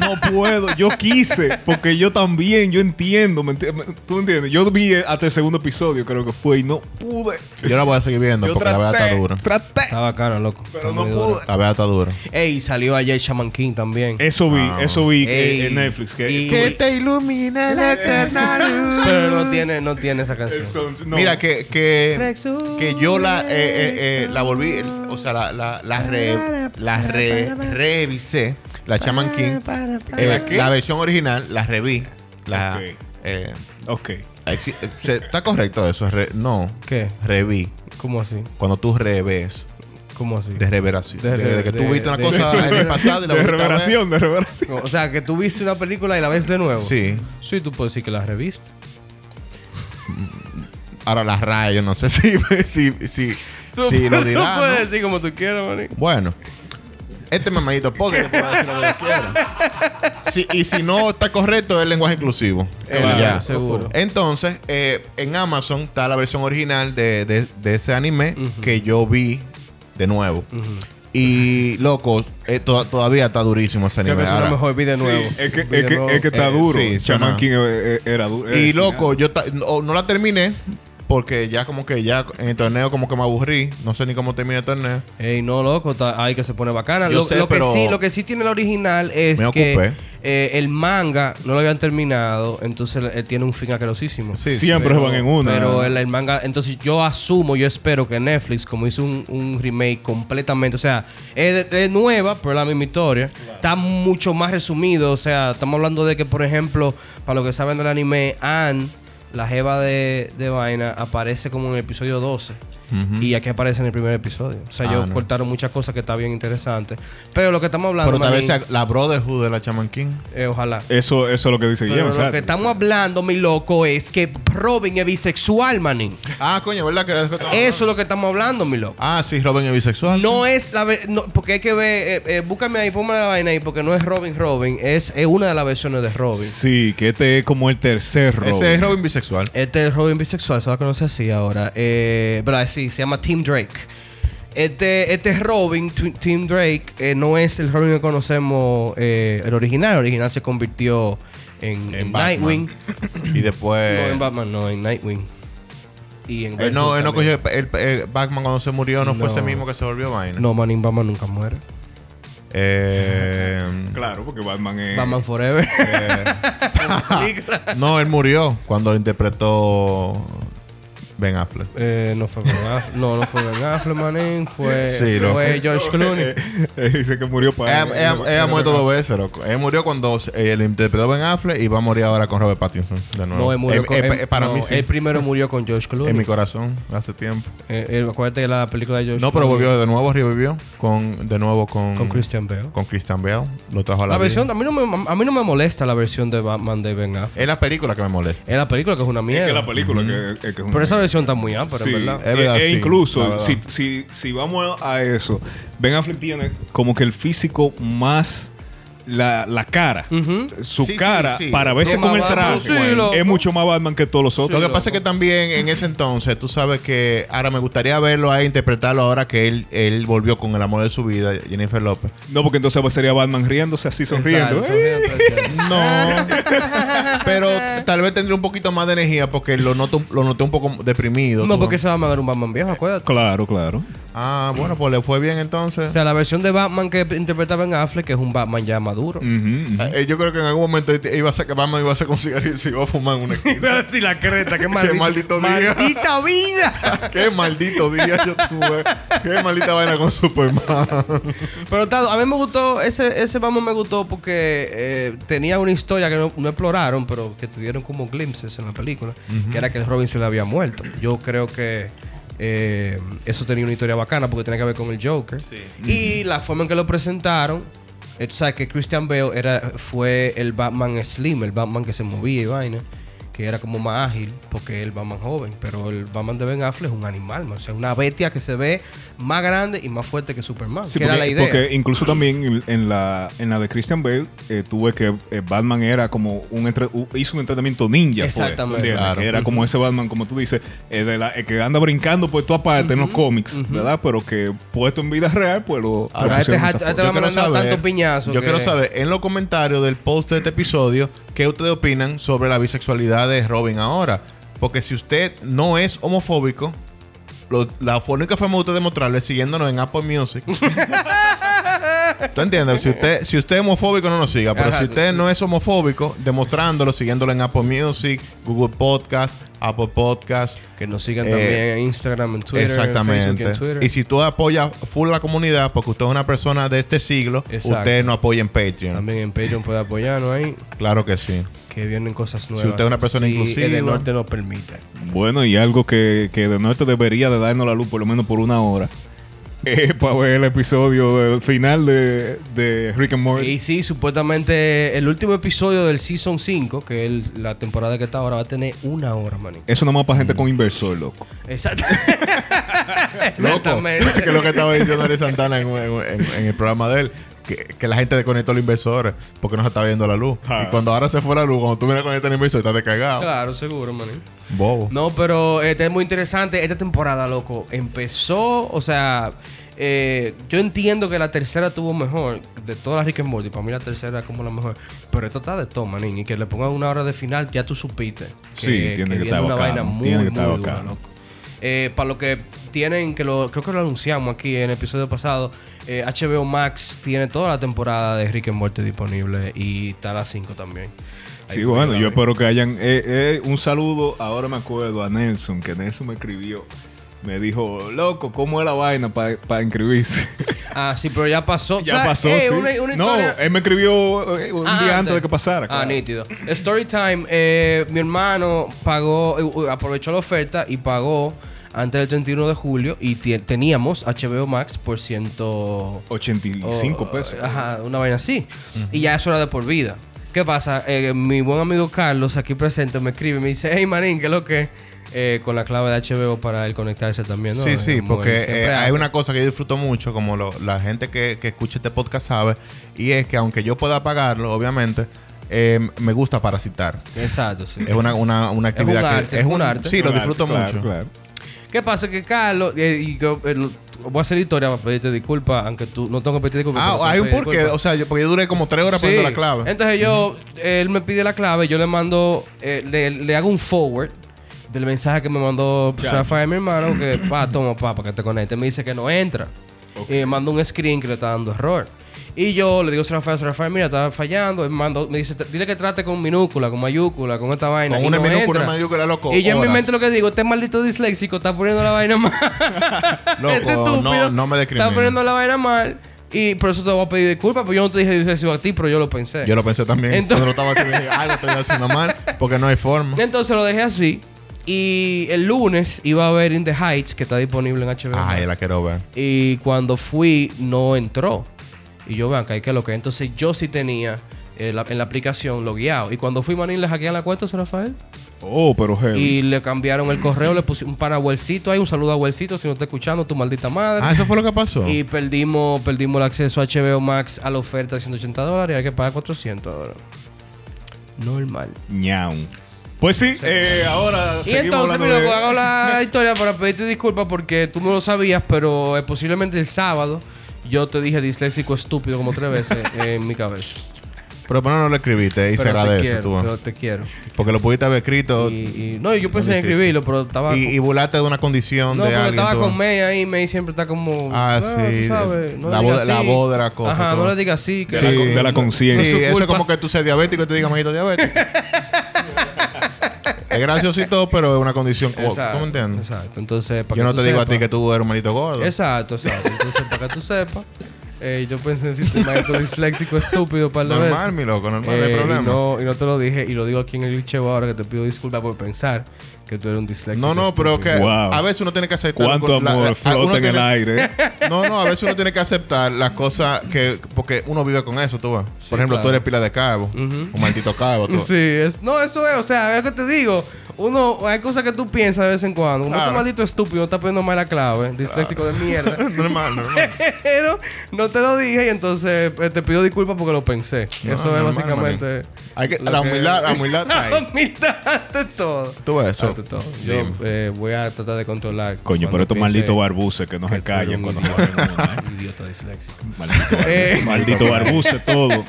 Speaker 4: No puedo. Yo quise, porque yo también, yo entiendo. ¿me enti- me- ¿Tú entiendes? Yo vi hasta el segundo episodio, creo que fue, y no pude.
Speaker 3: Yo la voy a seguir viendo
Speaker 4: yo
Speaker 3: porque la verdad está dura.
Speaker 4: traté,
Speaker 2: Está bacana, loco.
Speaker 4: pero
Speaker 2: Está
Speaker 4: no
Speaker 2: muy dura.
Speaker 4: pude.
Speaker 3: La verdad está dura.
Speaker 2: Ey, salió ayer Shaman King también.
Speaker 4: Eso vi,
Speaker 3: Ah.
Speaker 4: eso vi que-
Speaker 2: Ey.
Speaker 4: en Netflix. Que,
Speaker 2: Y-
Speaker 4: que-
Speaker 3: te ilumina la eterna luz.
Speaker 2: Pero no tiene, no tiene esa
Speaker 4: el
Speaker 2: canción.
Speaker 4: sound- no.
Speaker 3: eh, Mira, que, que,
Speaker 2: Rexu-
Speaker 3: que yo la, eh, eh, eh, la volví, eh, o sea, la, la, la, re- la re- revisé, la Chaman King, eh,
Speaker 4: ¿La qué?
Speaker 3: la versión original, la reví. La,
Speaker 4: Ok.
Speaker 3: eh,
Speaker 4: Ok.
Speaker 3: exi- eh, se- ¿Está correcto eso? Re- no,
Speaker 2: ¿Qué?
Speaker 3: reví.
Speaker 2: ¿Cómo así?
Speaker 3: Cuando tú reves,
Speaker 2: ¿Cómo así?
Speaker 3: de reveración.
Speaker 2: De
Speaker 3: De,
Speaker 2: re-
Speaker 3: de que
Speaker 2: de-
Speaker 3: tú viste una
Speaker 2: de-
Speaker 3: cosa en el pasado y la
Speaker 4: de
Speaker 3: volviste a ver.
Speaker 4: revelación, de revelación.
Speaker 2: No, o sea, que tú viste una película y la ves de nuevo.
Speaker 3: Sí.
Speaker 2: Sí, tú puedes decir que la reviste.
Speaker 3: Ahora las rayas, no sé si, si, si, si lo dirán. ¿no?
Speaker 2: decir como tú quieras, manín.
Speaker 3: Bueno, este mamadito podcast te va a decir lo que yo quiero. Si- y si no está correcto, es lenguaje inclusivo.
Speaker 2: Eh,
Speaker 3: Ya.
Speaker 2: claro, seguro.
Speaker 3: Entonces, eh, en Amazon está la versión original de, de- de ese anime
Speaker 2: Ujú.
Speaker 3: que yo vi de nuevo. Y loco, eh, to- todavía está durísimo ese
Speaker 2: Creo
Speaker 3: anime.
Speaker 2: que eso es
Speaker 3: ahora.
Speaker 2: lo mejor. Vi de nuevo.
Speaker 4: Sí, es que,
Speaker 2: Vi de
Speaker 4: es que-
Speaker 2: nuevo.
Speaker 4: es que está
Speaker 3: Eh,
Speaker 4: duro.
Speaker 3: sí,
Speaker 4: Shaman
Speaker 3: suena.
Speaker 4: King eh, eh, era duro.
Speaker 3: Y loco, yo ta- no, no la terminé porque ya como que ya en el torneo como que me aburrí. No sé ni cómo termina el torneo.
Speaker 2: Ey, no, loco, está- ay, que se pone bacana.
Speaker 3: Yo
Speaker 2: Lo,
Speaker 3: sé,
Speaker 2: lo que
Speaker 3: pero-
Speaker 2: sí, lo que sí tiene la original es
Speaker 3: Me
Speaker 2: que
Speaker 3: ocupé.
Speaker 2: eh, el manga no lo habían terminado, entonces eh, tiene un fin asquerosísimo.
Speaker 3: Sí,
Speaker 4: Siempre
Speaker 2: Pero-
Speaker 4: van en una.
Speaker 2: Pero el, el manga, entonces yo asumo, yo espero que Netflix, como hizo un, un remake completamente, o sea, es, es nueva, pero es la misma historia, está mucho más resumido, o sea, estamos hablando de que, por ejemplo, para los que saben del anime, Anne, la jeva de, de Vaina, aparece como en el episodio 12.
Speaker 3: Ujú.
Speaker 2: Y aquí aparece en el primer episodio. O sea,
Speaker 3: Ah,
Speaker 2: ellos
Speaker 3: no.
Speaker 2: cortaron muchas cosas que está bien interesante. Pero lo que estamos hablando.
Speaker 3: Pero tal vez
Speaker 2: manín,
Speaker 3: sea la Brotherhood de la Chaman King.
Speaker 2: eh, ojalá.
Speaker 4: Eso, eso es lo que dice
Speaker 2: Pero
Speaker 4: Guillermo.
Speaker 2: lo que
Speaker 4: exacto.
Speaker 2: estamos hablando, mi loco, es que Robin es bisexual, manín.
Speaker 3: Ah, coño, ¿verdad? Que era de que estaba
Speaker 2: Eso es
Speaker 3: hablando?
Speaker 2: lo que estamos hablando, mi loco.
Speaker 3: Ah, sí, Robin es bisexual.
Speaker 2: No es la ve- no, porque hay que ver, eh, eh, búscame ahí, ponme la vaina ahí, porque no es Robin Robin, es, es una de las versiones de Robin.
Speaker 4: Sí, que este es como el tercer Robin.
Speaker 3: Ese es Robin bisexual.
Speaker 2: Este es Robin bisexual, se va a conocer así ahora. Eh, pero sí, se llama Tim Drake. Este, este es Robin, T- Tim Drake, eh, no es el Robin que conocemos, eh, el original. El original se convirtió en, en
Speaker 3: Batman.
Speaker 2: Nightwing.
Speaker 3: Y
Speaker 2: No
Speaker 3: después.
Speaker 2: en Batman, no, en Nightwing. Y en Red
Speaker 3: él no,
Speaker 2: Hood
Speaker 3: él no cogió.
Speaker 2: también.
Speaker 3: El, el Batman cuando se murió no, fue
Speaker 2: No.
Speaker 3: ese mismo que se volvió vaina.
Speaker 2: No, Manin Batman nunca muere.
Speaker 3: Eh,
Speaker 4: Claro, porque Batman es.
Speaker 2: Batman Forever.
Speaker 3: no, él murió cuando lo interpretó Ben Affleck.
Speaker 2: Eh, no fue Ben Affleck, no, no fue Ben Affleck, manín, fue,
Speaker 3: Sí, lo-
Speaker 2: fue George Clooney.
Speaker 4: Eh, Dice que murió para.
Speaker 3: Ella ella- ella ha muerto dos veces, loco. Él murió cuando eh, le interpretó Ben Affleck y va a morir ahora con Robert Pattinson. De nuevo.
Speaker 2: No, él murió
Speaker 3: Eh,
Speaker 2: con-
Speaker 3: eh,
Speaker 2: él-
Speaker 3: eh, para
Speaker 2: no,
Speaker 3: mí sí.
Speaker 2: Él primero murió con George Clooney.
Speaker 3: en mi corazón, hace tiempo.
Speaker 2: Eh, eh, acuérdate que la película de George
Speaker 3: No, pero
Speaker 2: Clooney-
Speaker 3: volvió de nuevo, revivió con, de nuevo con,
Speaker 2: Con Christian Bale.
Speaker 3: con Christian Bale. Lo trajo a la,
Speaker 2: La versión,
Speaker 3: vida.
Speaker 2: a mí, no me, a mí no me molesta la versión de Batman de Ben Affleck.
Speaker 3: Es la película que me molesta.
Speaker 2: Es la película que es una
Speaker 4: Es
Speaker 2: mierda.
Speaker 4: que la película que, es que es un-
Speaker 2: Pero esa versión está muy ámpara,
Speaker 4: Sí,
Speaker 2: ¿verdad?
Speaker 3: Eh,
Speaker 4: e-
Speaker 3: Es verdad,
Speaker 4: e
Speaker 3: sí, la
Speaker 4: incluso,
Speaker 3: verdad.
Speaker 4: si, si, si vamos a eso, Ben Affleck tiene como que el físico más. La, la cara.
Speaker 3: Eh,
Speaker 2: Ujú.
Speaker 4: Su
Speaker 3: Sí, sí,
Speaker 4: cara,
Speaker 3: sí.
Speaker 4: para verse
Speaker 2: Es
Speaker 4: con
Speaker 2: más
Speaker 4: el traje,
Speaker 2: Batman, sí, loco.
Speaker 4: es mucho más Batman que todos los
Speaker 3: Lo
Speaker 4: otros.
Speaker 3: que pasa es que también en ese entonces, tú sabes que ahora me gustaría verlo ahí, interpretarlo ahora que él, él volvió con el amor de su vida, Jennifer López.
Speaker 4: No, porque entonces pues, sería Batman riéndose así, sonriendo.
Speaker 3: eh.
Speaker 2: Exacto, sonriendo, exacto.
Speaker 3: No. Pero tal vez tendría un poquito más de energía porque lo noto, lo noté un poco deprimido.
Speaker 2: No,
Speaker 3: tú
Speaker 2: porque se va a mandar un Batman viejo, acuérdate.
Speaker 4: Eh, Claro, claro.
Speaker 3: Ah, bueno, pues le fue bien
Speaker 2: O
Speaker 3: entonces.
Speaker 2: sea, la versión de Batman que interpreta Ben Affleck, que es un Batman ya maduro.
Speaker 4: Ujú, ujú.
Speaker 3: Eh, yo creo que en algún momento iba a sacar, Batman iba a sacar un cigarrillo y se iba a fumar en una esquina.
Speaker 2: si la creta, qué
Speaker 3: maldito- maldita
Speaker 2: ¡Maldita vida!
Speaker 3: Qué maldito día yo tuve. Qué maldita vaina con Superman.
Speaker 2: Pero Tado, a mí me gustó, ese, ese Batman me gustó porque eh, tenía una historia que no, no exploraron, pero que tuvieron como glimpses en la película, que era que el Robin se le había muerto. Yo creo que eh, eso tenía una historia bacana porque tenía que ver con el Joker. Y la forma en que lo presentaron, eh, tú sabes que Christian Bale era, fue el Batman Slim, el Batman que se movía y vaina. Que era como más ágil porque es el Batman joven. Pero el Batman de Ben Affleck es un animal, man. O sea, una bestia que se ve más grande y más fuerte que Superman. que
Speaker 4: Sí, porque,
Speaker 2: era la idea.
Speaker 4: porque incluso también en la, en la de Christian Bale eh, tuve que eh, Batman era como un entre- u- hizo un entrenamiento ninja. pues, ¿tú
Speaker 2: Exactamente.
Speaker 4: entiendes?
Speaker 3: Claro.
Speaker 4: Que era como ese Batman, como tú dices, eh, de la- eh, que anda brincando por todas partes en los cómics, ¿verdad? Pero que puesto en vida real, pues lo.
Speaker 2: Ahora,
Speaker 4: lo
Speaker 2: este
Speaker 4: pusieron de
Speaker 2: hat-
Speaker 4: esa
Speaker 2: este
Speaker 4: forma.
Speaker 2: Batman- me han dado tantos piñazos
Speaker 3: yo
Speaker 2: que-
Speaker 3: quiero saber en los comentarios del post de este episodio qué ustedes opinan sobre la bisexualidad de Robin ahora. Porque si usted no es homofóbico, lo- la única forma de usted demostrarlo es siguiéndonos en Apple Music. ¿Tú entiendes? Si usted, si usted es homofóbico, no nos siga. Pero
Speaker 2: Ajá,
Speaker 3: si usted
Speaker 2: sí.
Speaker 3: no es homofóbico, demostrándolo, siguiéndolo en Apple Music, Google Podcast, Apple Podcast.
Speaker 2: Que nos sigan
Speaker 3: Eh,
Speaker 2: también en Instagram, en Twitter, en Facebook,
Speaker 3: Exactamente.
Speaker 2: en Twitter.
Speaker 3: Y si tú apoyas full la comunidad, porque usted es una persona de este siglo,
Speaker 2: Exacto.
Speaker 3: usted no apoya en Patreon.
Speaker 2: También en Patreon puede apoyarnos ahí,
Speaker 3: Claro que sí.
Speaker 2: que vienen cosas nuevas.
Speaker 3: usted es una persona
Speaker 2: si
Speaker 3: inclusiva.
Speaker 2: el de norte nos permite.
Speaker 4: Bueno, y algo que, que de norte debería de darnos la luz por lo menos por una hora. para ver el episodio del final de, de Rick and Morty.
Speaker 2: Y sí, supuestamente el último episodio del Season 5, que es el- la temporada que está ahora, va a tener una hora, maní.
Speaker 4: Eso nomás para gente
Speaker 3: Mm.
Speaker 4: con inversor, loco.
Speaker 2: Exacto.
Speaker 3: Loco,
Speaker 2: Exactamente.
Speaker 3: que es lo que estaba diciendo Ari Santana en, en- en- en el programa de él. Que, que la gente desconectó a los inversores porque no se está viendo la luz.
Speaker 4: Ah.
Speaker 3: Y cuando ahora se fue la luz, cuando tú vienes a conectar al inversor, estás descargado.
Speaker 2: Claro, seguro, maní.
Speaker 3: Bobo.
Speaker 2: No, pero este es muy interesante. Esta temporada, loco, empezó, o sea, eh, yo entiendo que la tercera tuvo mejor de todas las Rick and Morty. Para mí la tercera es como la mejor. Pero esta está de toma, niño. Y que le pongan una hora de final, ya tú supiste.
Speaker 4: Sí, tiene que
Speaker 2: viene
Speaker 4: estar
Speaker 2: una
Speaker 4: bacano,
Speaker 2: vaina muy,
Speaker 4: tiene que
Speaker 2: muy
Speaker 4: estar
Speaker 2: dura,
Speaker 4: bacano.
Speaker 2: loco. Eh, para lo que tienen, que lo, creo que lo anunciamos aquí en el episodio pasado, eh, HBO Max tiene toda la temporada de Rick and Morty disponible y está la 5 también. Ahí
Speaker 4: Sí,
Speaker 2: fue
Speaker 4: bueno,
Speaker 2: la
Speaker 4: yo
Speaker 2: vi.
Speaker 4: espero que hayan. eh, eh, un saludo, ahora me acuerdo, a Nelson, que Nelson me escribió. Me dijo, loco, ¿cómo es la vaina para inscribirse?
Speaker 2: Ah, sí, pero ya pasó.
Speaker 4: ya
Speaker 2: O sea,
Speaker 4: pasó.
Speaker 2: eh,
Speaker 4: sí.
Speaker 2: una- una
Speaker 4: no,
Speaker 2: historia-
Speaker 4: él me escribió eh, un
Speaker 2: Ah,
Speaker 4: día antes de que pasara.
Speaker 2: Ah,
Speaker 4: claro.
Speaker 2: nítido. Story time. eh, mi hermano pagó, eh, eh, aprovechó la oferta y pagó antes del 31 de julio y tie- teníamos HBO Max por ciento...
Speaker 4: 85
Speaker 2: o-
Speaker 4: pesos.
Speaker 2: Oh, Ajá, una vaina así. Y ya eso era de por vida. ¿Qué pasa? Eh, mi buen amigo Carlos, aquí presente, me escribe y me dice, hey Marín, ¿qué es lo que? Eh, con la clave de HBO para él conectarse también, ¿no?
Speaker 3: sí,
Speaker 2: Eh,
Speaker 3: sí,
Speaker 2: como él
Speaker 3: porque
Speaker 2: siempre
Speaker 3: eh, hay
Speaker 2: hace.
Speaker 3: una cosa que yo disfruto mucho, como lo- la gente que, que escucha este podcast sabe, y es que aunque yo pueda pagarlo, obviamente, eh, me gusta parasitar.
Speaker 2: Exacto, sí.
Speaker 3: Es una, una, una actividad
Speaker 2: un
Speaker 3: que
Speaker 2: arte, es un arte.
Speaker 3: Sí, lo
Speaker 4: Claro,
Speaker 3: disfruto
Speaker 4: claro,
Speaker 3: mucho.
Speaker 4: claro.
Speaker 2: ¿Qué pasa? Que Carlos, eh, y yo, eh, lo- voy a hacer historia para pedirte disculpas, aunque tú no tengo que pedirte disculpas.
Speaker 3: Ah,
Speaker 2: pero
Speaker 3: hay un
Speaker 2: siempre
Speaker 3: porqué.
Speaker 2: disculpas.
Speaker 3: O sea, yo, porque yo duré como tres horas
Speaker 2: Sí.
Speaker 3: poniendo la clave.
Speaker 2: Entonces yo, él me pide la clave, yo le mando, eh, le, le hago un forward del mensaje que me mandó
Speaker 4: Ya.
Speaker 2: Rafael, mi hermano, que pa, toma pa, para que te conecte. Me dice que no entra.
Speaker 4: Ok.
Speaker 2: Y me manda un screen que le está dando error. Y yo le digo a Rafael, Rafael, mira, está fallando. Él me mandó- me dice, dile que trate con minúscula, con mayúscula, con esta vaina.
Speaker 3: Con
Speaker 2: y
Speaker 3: una
Speaker 2: no
Speaker 3: minúscula,
Speaker 2: entra.
Speaker 3: una mayúscula, loco.
Speaker 2: Y yo en mi
Speaker 3: horas.
Speaker 2: mente lo que digo, este maldito disléxico está poniendo la vaina mal. Este
Speaker 3: Loco, no,
Speaker 2: estúpido
Speaker 3: no me
Speaker 2: Está poniendo
Speaker 3: discrimines.
Speaker 2: la vaina mal. Y por eso te voy a pedir disculpas, porque yo no te dije disléxico a ti, pero yo lo pensé.
Speaker 3: Yo lo pensé también.
Speaker 2: Entonces-
Speaker 3: Entonces, estaba haciendo, dije, algo estoy haciendo mal, porque no hay forma.
Speaker 2: Entonces lo dejé así. Y el lunes iba a ver In the Heights, que está disponible en HBO.
Speaker 3: Ay,
Speaker 2: Max.
Speaker 3: la quiero ver.
Speaker 2: Y cuando fui, no entró. Y yo, vean, que hay que lo que. Entonces yo sí tenía eh, la- en la aplicación logueado. Y cuando fui, Manín, le hackean la cuenta, ¿se Rafael?
Speaker 4: Oh, pero heavy.
Speaker 2: Y le cambiaron el correo, le pusieron un para abuelcito ahí, un saludo a abuelcito, si no está escuchando, tu maldita madre.
Speaker 3: Ah, eso fue lo que pasó.
Speaker 2: Y perdimos, perdimos el acceso a HBO Max a la oferta de 180 dólares y hay que pagar 400 ahora. Normal.
Speaker 4: Ñau. Pues sí, eh, ahora.
Speaker 2: Y
Speaker 4: seguimos
Speaker 2: entonces, mi
Speaker 4: hablando
Speaker 2: loco,
Speaker 4: de-
Speaker 2: hago la historia para pedirte disculpas porque tú no lo sabías, pero eh, posiblemente el sábado yo te dije disléxico estúpido como tres veces en mi cabeza.
Speaker 3: Pero bueno, no lo escribiste y se
Speaker 2: Pero te
Speaker 3: agradece
Speaker 2: quiero,
Speaker 3: tú.
Speaker 2: pero te quiero.
Speaker 3: Porque lo pudiste haber escrito y,
Speaker 2: Y, y- no, yo pensé
Speaker 3: lo
Speaker 2: en
Speaker 3: hiciste.
Speaker 2: escribirlo, pero estaba...
Speaker 3: y burlarte de una condición
Speaker 2: no,
Speaker 3: de
Speaker 2: porque
Speaker 3: alguien.
Speaker 2: estaba
Speaker 3: tú.
Speaker 2: con May ahí, May siempre está como...
Speaker 3: Ah,
Speaker 2: tú
Speaker 3: sí,
Speaker 2: sabes,
Speaker 3: la
Speaker 2: le
Speaker 3: voz-
Speaker 2: digas
Speaker 3: la
Speaker 2: así".
Speaker 3: voz de la cosa,
Speaker 2: Ajá, no
Speaker 3: todo.
Speaker 2: le digas así. que
Speaker 4: De la
Speaker 2: la-
Speaker 4: con- de la conciencia.
Speaker 3: Sí,
Speaker 2: No es su
Speaker 3: eso es
Speaker 2: culpa.
Speaker 3: como que tú seas diabético y te digan, amiguito, diabético. es gracioso y todo, pero es una condición. como- ¿Tú me entiendes?
Speaker 2: Exacto. Entonces, para que
Speaker 3: Yo no
Speaker 2: tú
Speaker 3: te digo a
Speaker 2: sepas-
Speaker 3: ti que tú eres un manito gordo.
Speaker 2: Exacto, exacto. Entonces, para que tú sepas, eh, yo pensé en sistema maestro disléxico estúpido para la
Speaker 3: Normal, mi loco, normal, no hay problema.
Speaker 2: Eh, y, no, y no te lo dije, y lo digo aquí en el glitcheo ahora que te pido disculpas por pensar que tú eres un disléxico.
Speaker 3: No, no, pero que
Speaker 2: estúpido.
Speaker 4: Wow.
Speaker 3: a veces uno tiene que aceptar.
Speaker 4: ¿Cuánto
Speaker 3: la-
Speaker 4: amor
Speaker 3: la-
Speaker 4: flota
Speaker 3: uno
Speaker 4: en el
Speaker 3: tiene-
Speaker 4: aire?
Speaker 3: No, no, a veces uno tiene que aceptar las cosas que. Porque uno vive con eso, tú vas. Por
Speaker 2: Sí,
Speaker 3: ejemplo,
Speaker 2: claro.
Speaker 3: tú eres pila de cabo.
Speaker 2: Ujú.
Speaker 3: Un maldito cabo, tú.
Speaker 2: Sí, es, no, eso es, o sea, es lo que te digo. Uno, hay cosas que tú piensas de vez en cuando. Como
Speaker 3: Claro.
Speaker 2: este maldito estúpido está poniendo mal la clave, disléxico de mierda.
Speaker 3: normal, normal.
Speaker 2: Pero no te lo dije y entonces eh, te pido disculpas porque lo pensé.
Speaker 3: No,
Speaker 2: eso es
Speaker 3: normal,
Speaker 2: básicamente.
Speaker 3: manín. Hay que,
Speaker 2: lo
Speaker 3: la
Speaker 2: que-
Speaker 3: humildad, la humildad está
Speaker 2: La
Speaker 3: ahí.
Speaker 2: humildad ante todo.
Speaker 3: Tú ves eso.
Speaker 2: Ante todo. Yo eh, voy a tratar de controlar.
Speaker 4: Coño, pero estos malditos barbuces que no se
Speaker 2: callan
Speaker 4: callan cuando ¿eh?
Speaker 2: idiota, idiota disléxico.
Speaker 4: Maldito, barbu-
Speaker 2: Eh.
Speaker 4: maldito barbuce todo.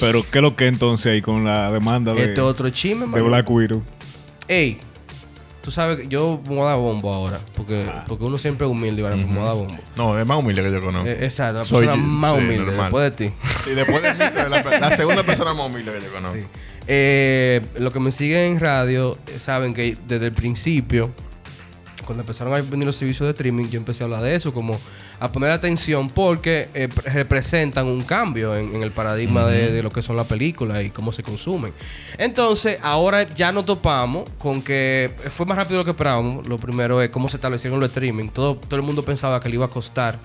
Speaker 4: Pero qué lo que entonces ahí con la demanda de,
Speaker 2: Este otro chisme,
Speaker 4: de
Speaker 2: man.
Speaker 4: Black Widow.
Speaker 2: Ey, tú sabes que yo me voy a dar bombo ahora. Porque,
Speaker 3: Ah.
Speaker 2: porque uno siempre es humilde, ¿vale? Pero me voy a dar bombo.
Speaker 3: No, es más humilde que yo conozco.
Speaker 2: Eh, exacto, la
Speaker 3: Soy
Speaker 2: persona
Speaker 3: yo,
Speaker 2: más
Speaker 3: sí,
Speaker 2: humilde
Speaker 3: normal.
Speaker 2: después de ti.
Speaker 3: Y después de mí, la, la segunda persona más humilde que yo conozco.
Speaker 2: Sí. Eh, lo que me siguen en radio eh, saben que desde el principio, cuando empezaron a venir los servicios de streaming, yo empecé a hablar de eso, como a poner atención porque eh, pre- representan un cambio en, en el paradigma de, de lo que son las películas y cómo se consumen. Entonces, ahora ya nos topamos con que fue más rápido de lo que esperábamos. Lo primero es cómo se establecieron los streaming. Todo, todo el mundo pensaba que le iba a costar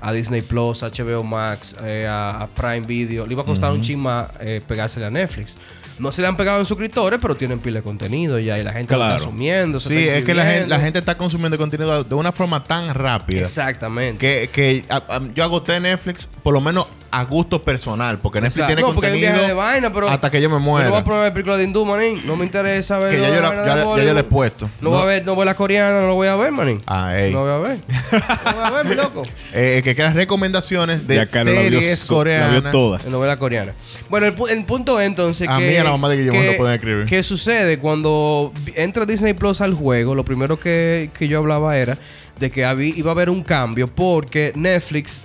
Speaker 2: a Disney Plus, a HBO Max, eh, a, a Prime Video. Le iba a costar un chin más eh, pegársele a Netflix. No se le han pegado en suscriptores, pero tienen pila de contenido ya y la gente lo
Speaker 4: Claro.
Speaker 2: está asumiendo. se
Speaker 3: Sí,
Speaker 2: está
Speaker 3: es que la gente,
Speaker 2: inscribiendo.
Speaker 3: la gente está consumiendo contenido de una forma tan rápida
Speaker 2: Exactamente.
Speaker 3: que, que a- a- yo agoté Netflix por lo menos a gusto personal, porque Netflix
Speaker 2: Exacto.
Speaker 3: tiene
Speaker 2: no, porque hay un
Speaker 3: contenido
Speaker 2: viaje de vaina, pero.
Speaker 3: hasta que yo me
Speaker 2: Yo no voy
Speaker 3: muera.
Speaker 2: a poner películas de hindú, manín. No me interesa ver.
Speaker 3: que ya
Speaker 2: la
Speaker 3: yo, la-
Speaker 2: vaina de
Speaker 3: ya- ya yo
Speaker 2: Bollywood.
Speaker 3: le he puesto.
Speaker 2: No, voy a ver, no voy a la coreana, no lo voy a ver, manín.
Speaker 3: Ah, ey.
Speaker 2: No voy a ver. No voy a ver, mi loco.
Speaker 3: Eh, que creas recomendaciones de
Speaker 4: Ya Carlos la vio-
Speaker 3: series
Speaker 4: La
Speaker 3: coreanas.
Speaker 4: vio todas.
Speaker 2: En novela coreana. Bueno, el, pu- el punto es, entonces
Speaker 3: A
Speaker 2: que...
Speaker 3: mí y a la mamá de Guillermo no pueden escribir.
Speaker 2: ¿Qué sucede? Cuando vi- entra Disney Plus al juego, lo primero que, que yo hablaba era de que habí- iba a haber un cambio porque Netflix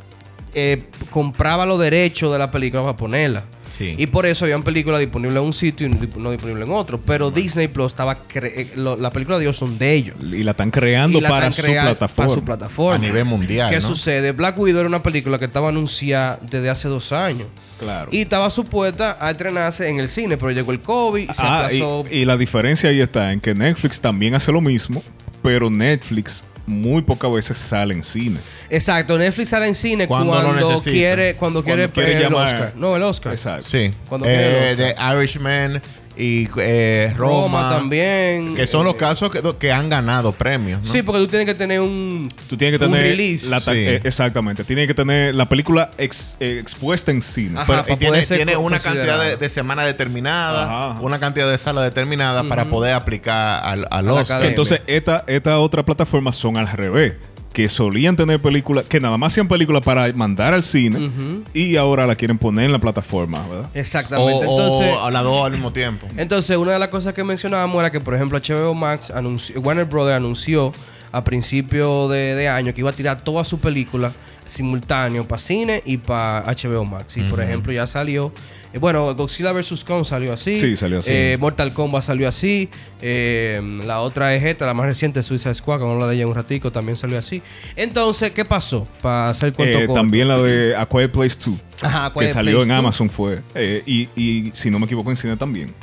Speaker 2: eh, compraba los derechos de la película para ponerla.
Speaker 4: Sí.
Speaker 2: Y por eso habían películas disponibles en un sitio y no dip- no disponible en otro. Pero Disney Plus estaba... cre- eh, lo- la película de ellos son de ellos.
Speaker 4: Y la están creando
Speaker 2: Y la
Speaker 4: para,
Speaker 2: están
Speaker 4: su
Speaker 2: creando
Speaker 4: plataforma.
Speaker 2: para su plataforma.
Speaker 3: A nivel mundial,
Speaker 2: ¿Qué
Speaker 3: ¿no?
Speaker 2: sucede? Black Widow era una película que estaba anunciada desde hace dos años.
Speaker 4: Claro.
Speaker 2: Y estaba supuesta a estrenarse en el cine, pero llegó el COVID y se
Speaker 4: Ah, y-
Speaker 2: aplazó.
Speaker 4: y, la diferencia ahí está en que Netflix también hace lo mismo, pero Netflix muy pocas veces sale en cine.
Speaker 2: Exacto, Netflix sale en cine
Speaker 3: Cuando
Speaker 2: cuando,
Speaker 3: lo necesita.
Speaker 2: quiere, cuando, quiere,
Speaker 4: quiere
Speaker 2: el
Speaker 4: llamar.
Speaker 2: Oscar. No, el Oscar.
Speaker 4: Exacto.
Speaker 3: Sí.
Speaker 2: Cuando
Speaker 3: Eh,
Speaker 2: quiera,
Speaker 3: de Irishman y eh, Roma,
Speaker 2: Roma, también.
Speaker 3: Que son los
Speaker 2: Eh,
Speaker 3: casos que, que han ganado premios. ¿no?
Speaker 2: Sí, porque tú tienes que tener un.
Speaker 4: Tú tienes que
Speaker 2: un
Speaker 4: tener
Speaker 2: release.
Speaker 4: la ta-
Speaker 3: Sí.
Speaker 4: eh, exactamente, tienes que tener la película ex- eh, expuesta en cine.
Speaker 2: Ajá.
Speaker 3: Pero-
Speaker 2: para
Speaker 3: y tiene,
Speaker 2: poder ser
Speaker 3: tiene
Speaker 2: co-
Speaker 3: una cantidad de,
Speaker 2: considerado.
Speaker 3: de semana determinada,
Speaker 4: Ajá, ajá.
Speaker 3: una cantidad de salas determinada para poder aplicar al, al
Speaker 2: la
Speaker 3: Oscar.
Speaker 4: Que
Speaker 2: academia.
Speaker 4: entonces esta, esta otra plataforma son al revés, que solían tener películas, que nada más hacían películas para mandar al cine
Speaker 2: Ujú.
Speaker 4: y ahora la quieren poner en la plataforma, ¿verdad?
Speaker 3: O,
Speaker 2: Exactamente.
Speaker 3: o
Speaker 2: Entonces. eh,
Speaker 3: a las dos al mismo tiempo.
Speaker 2: Entonces, una de las cosas que mencionábamos era que, por ejemplo, HBO Max, anunció, Warner Brothers anunció a principio de, de año que iba a tirar toda su película simultáneo para cine y para HBO Max. Y, por ejemplo, ya salió... eh, bueno, Godzilla vs. Kong salió así.
Speaker 4: Sí, salió así.
Speaker 2: Eh, Mortal Kombat salió así. eh, la otra es esta, la más reciente, Suicide Squad, que vamos a hablar de ella en un ratico, también salió así. Entonces, ¿qué pasó? Para hacer el cuento
Speaker 4: Eh,
Speaker 2: corto.
Speaker 4: también la de A Quiet Place 2,
Speaker 2: Ajá, A
Speaker 4: que
Speaker 2: Quiet
Speaker 4: salió
Speaker 2: Place
Speaker 4: en
Speaker 2: 2.
Speaker 4: Amazon fue, eh, y, y si no me equivoco en cine también.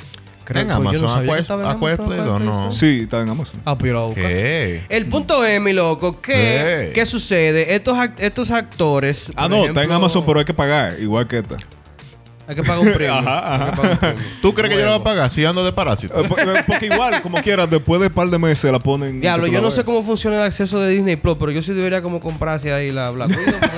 Speaker 2: Creo
Speaker 3: En
Speaker 2: que yo no
Speaker 3: Amazon,
Speaker 2: sabía que
Speaker 3: Aqua-
Speaker 2: estaba en
Speaker 3: Aqua
Speaker 2: Amazon,
Speaker 3: Play,
Speaker 2: Aqua
Speaker 3: ¿o
Speaker 2: Play,
Speaker 3: no?
Speaker 2: sí.
Speaker 4: Sí, está en Amazon.
Speaker 2: Ah, pues yo la voy a buscar.
Speaker 3: ¿Qué?
Speaker 2: El punto es, mi loco, que
Speaker 3: Ey.
Speaker 2: ¿qué sucede? Estos, act- estos actores.
Speaker 4: Eh.
Speaker 2: por
Speaker 4: Ah, no, está en
Speaker 2: ejemplo,
Speaker 4: Amazon, pero hay que pagar, igual que esta. Eh,
Speaker 2: Hay que pagar un premio.
Speaker 4: Ajá,
Speaker 2: hay que
Speaker 4: ajá.
Speaker 2: pagar un premio.
Speaker 3: ¿Tú crees que yo lo voy
Speaker 2: Huevo.
Speaker 3: a pagar si yo ando de parásito?
Speaker 4: po- eh, Porque igual, como quieras, después de un par de meses la ponen.
Speaker 2: Diablo,
Speaker 4: que tú
Speaker 2: yo
Speaker 4: la
Speaker 2: no
Speaker 4: veas.
Speaker 2: sé cómo funciona el acceso de Disney Plus, pero yo sí debería como comprarse ahí la Black Widow, porque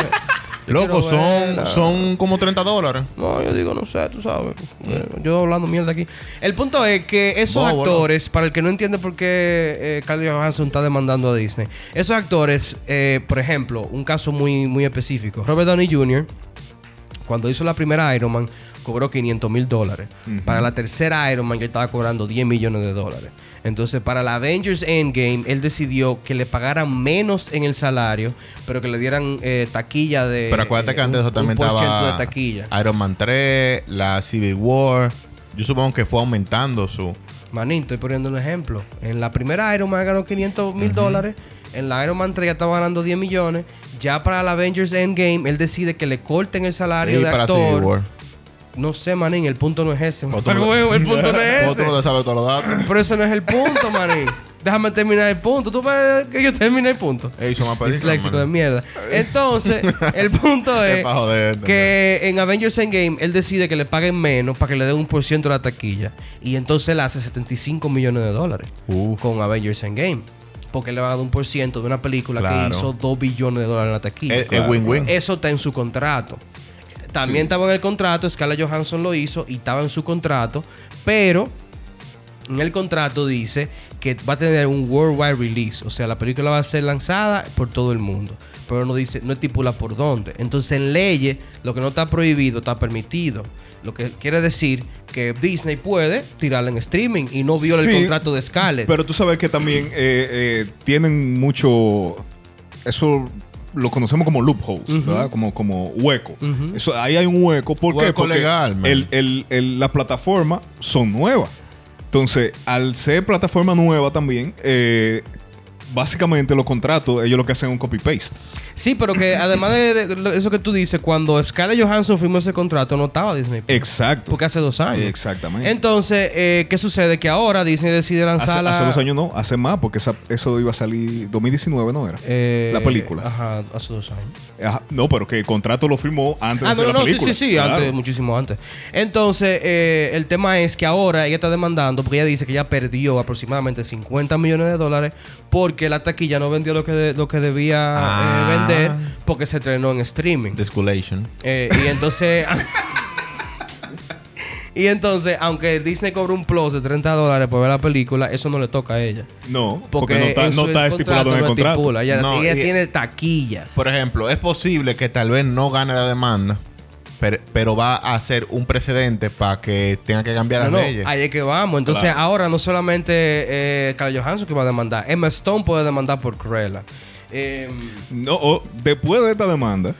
Speaker 2: yo
Speaker 3: Loco,
Speaker 2: quiero verla.
Speaker 3: son, son como 30 dólares.
Speaker 2: No, yo digo, no sé, tú sabes. Eh, Yo hablando mierda aquí. El punto es que esos
Speaker 3: Bobo, ¿no?
Speaker 2: actores, para el que no entiende por qué eh, Scarlett Johansson está demandando a Disney, esos actores, eh, por ejemplo, un caso muy, muy específico, Robert Downey Jr., cuando hizo la primera Iron Man, cobró 500 mil dólares. Para la tercera Iron Man, yo estaba cobrando 10 millones de dólares. Entonces, para la Avengers Endgame, él decidió que le pagaran menos en el salario, pero que le dieran eh, taquilla de.
Speaker 3: Pero acuérdate que
Speaker 2: eh,
Speaker 3: antes
Speaker 2: un-
Speaker 3: eso también
Speaker 2: un por ciento
Speaker 3: estaba
Speaker 2: de taquilla.
Speaker 3: Iron Man 3, la Civil War. Yo supongo que fue aumentando su...
Speaker 2: Manín, estoy poniendo un ejemplo. En la primera Iron Man ganó 500 mil dólares. En la Iron Man 3 ya estaba ganando 10 millones. Ya para la Avengers Endgame, él decide que le corten el salario
Speaker 3: Y
Speaker 2: de
Speaker 3: para Civil
Speaker 2: actor.
Speaker 3: War.
Speaker 2: No sé, Manín, el punto no es ese.
Speaker 3: Otro-
Speaker 2: Pero, huevo, el punto no es ese.
Speaker 3: Otro no sabe todos los datos.
Speaker 2: Pero ese no es el punto, Manín. Déjame terminar el punto. Tú puedes que yo termine el punto.
Speaker 3: Ey, son más películas,
Speaker 2: Disléxico
Speaker 3: mano.
Speaker 2: de eh. mierda. Entonces, el punto
Speaker 3: Qué
Speaker 2: es
Speaker 3: pa' joder,
Speaker 2: que en Avengers Endgame él decide que le paguen menos para que le den un por ciento de la taquilla. Y entonces él hace 75 millones de dólares
Speaker 3: Uh.
Speaker 2: con Avengers Endgame. Porque le va a dar un por ciento de una película
Speaker 3: Claro. Eh,
Speaker 2: que hizo 2 billones de dólares en la taquilla.
Speaker 3: Es es win-win.
Speaker 2: Eso está en su contrato. También estaba en el contrato, Scarlett Johansson lo hizo y estaba en su contrato, pero en el contrato dice que va a tener un worldwide release, o sea, la película va a ser lanzada por todo el mundo, pero no dice, no estipula por dónde. Entonces, en leyes, lo que no está prohibido está permitido. Lo que quiere decir que Disney puede tirarla en streaming y no viola
Speaker 4: Sí,
Speaker 2: el contrato de Scarlett.
Speaker 4: Pero tú sabes que también eh, eh, tienen mucho. Eso lo conocemos como loopholes, ¿verdad? Como, como hueco.
Speaker 2: Ujú.
Speaker 4: Eso, ahí hay un hueco. ¿Por qué?
Speaker 3: Hueco
Speaker 4: Porque
Speaker 3: legal, man.
Speaker 4: el- el- el- las plataformas son nuevas. Entonces, al ser plataforma nueva también, eh, básicamente los contratos, ellos lo que hacen es un copy-paste.
Speaker 2: sí, pero que además de, de lo- eso que tú dices, cuando Scarlett Johansson firmó ese contrato, no estaba Disney. Plus.
Speaker 4: Exacto.
Speaker 2: Porque hace dos años.
Speaker 4: Exactamente.
Speaker 2: Entonces, eh, ¿qué sucede? Que ahora Disney decide
Speaker 4: hace,
Speaker 2: lanzarla.
Speaker 4: hace dos años no, hace más, porque esa- eso iba a salir 2019, ¿no era?
Speaker 2: eh,
Speaker 4: la película.
Speaker 2: Ajá, hace dos años.
Speaker 4: Ajá. No, pero que el contrato lo firmó antes de
Speaker 2: Ah,
Speaker 4: hacer
Speaker 2: pero no,
Speaker 4: la
Speaker 2: sí,
Speaker 4: película.
Speaker 2: sí, sí,
Speaker 4: Claro.
Speaker 2: antes, muchísimo antes. Entonces, eh, el tema es que ahora ella está demandando, porque ella dice que ella perdió
Speaker 4: Ah.
Speaker 2: aproximadamente 50 millones de dólares porque la taquilla no vendió lo que, de- lo que debía eh, vender porque se estrenó en streaming.
Speaker 3: Desculation.
Speaker 2: Eh, y entonces. y entonces, aunque Disney cobra un plus de 30 dólares por ver la película, eso no le toca a ella.
Speaker 4: No, porque,
Speaker 2: Porque,
Speaker 4: no está,
Speaker 2: en
Speaker 4: no
Speaker 2: su
Speaker 4: está estipulado en el
Speaker 2: no
Speaker 4: contrato.
Speaker 2: estipula. Ella,
Speaker 3: No,
Speaker 2: ella
Speaker 3: y-
Speaker 2: tiene taquilla.
Speaker 3: Por ejemplo, es posible que tal vez no gane la demanda, per- pero, va a ser un precedente para que tenga que cambiar las
Speaker 2: No, no,
Speaker 3: leyes.
Speaker 2: ahí es que vamos. Entonces,
Speaker 4: Claro.
Speaker 2: ahora no solamente eh, Carl Johansson que va a demandar, Emma Stone puede demandar por Cruella. Eh,
Speaker 4: No, o después de esta demanda,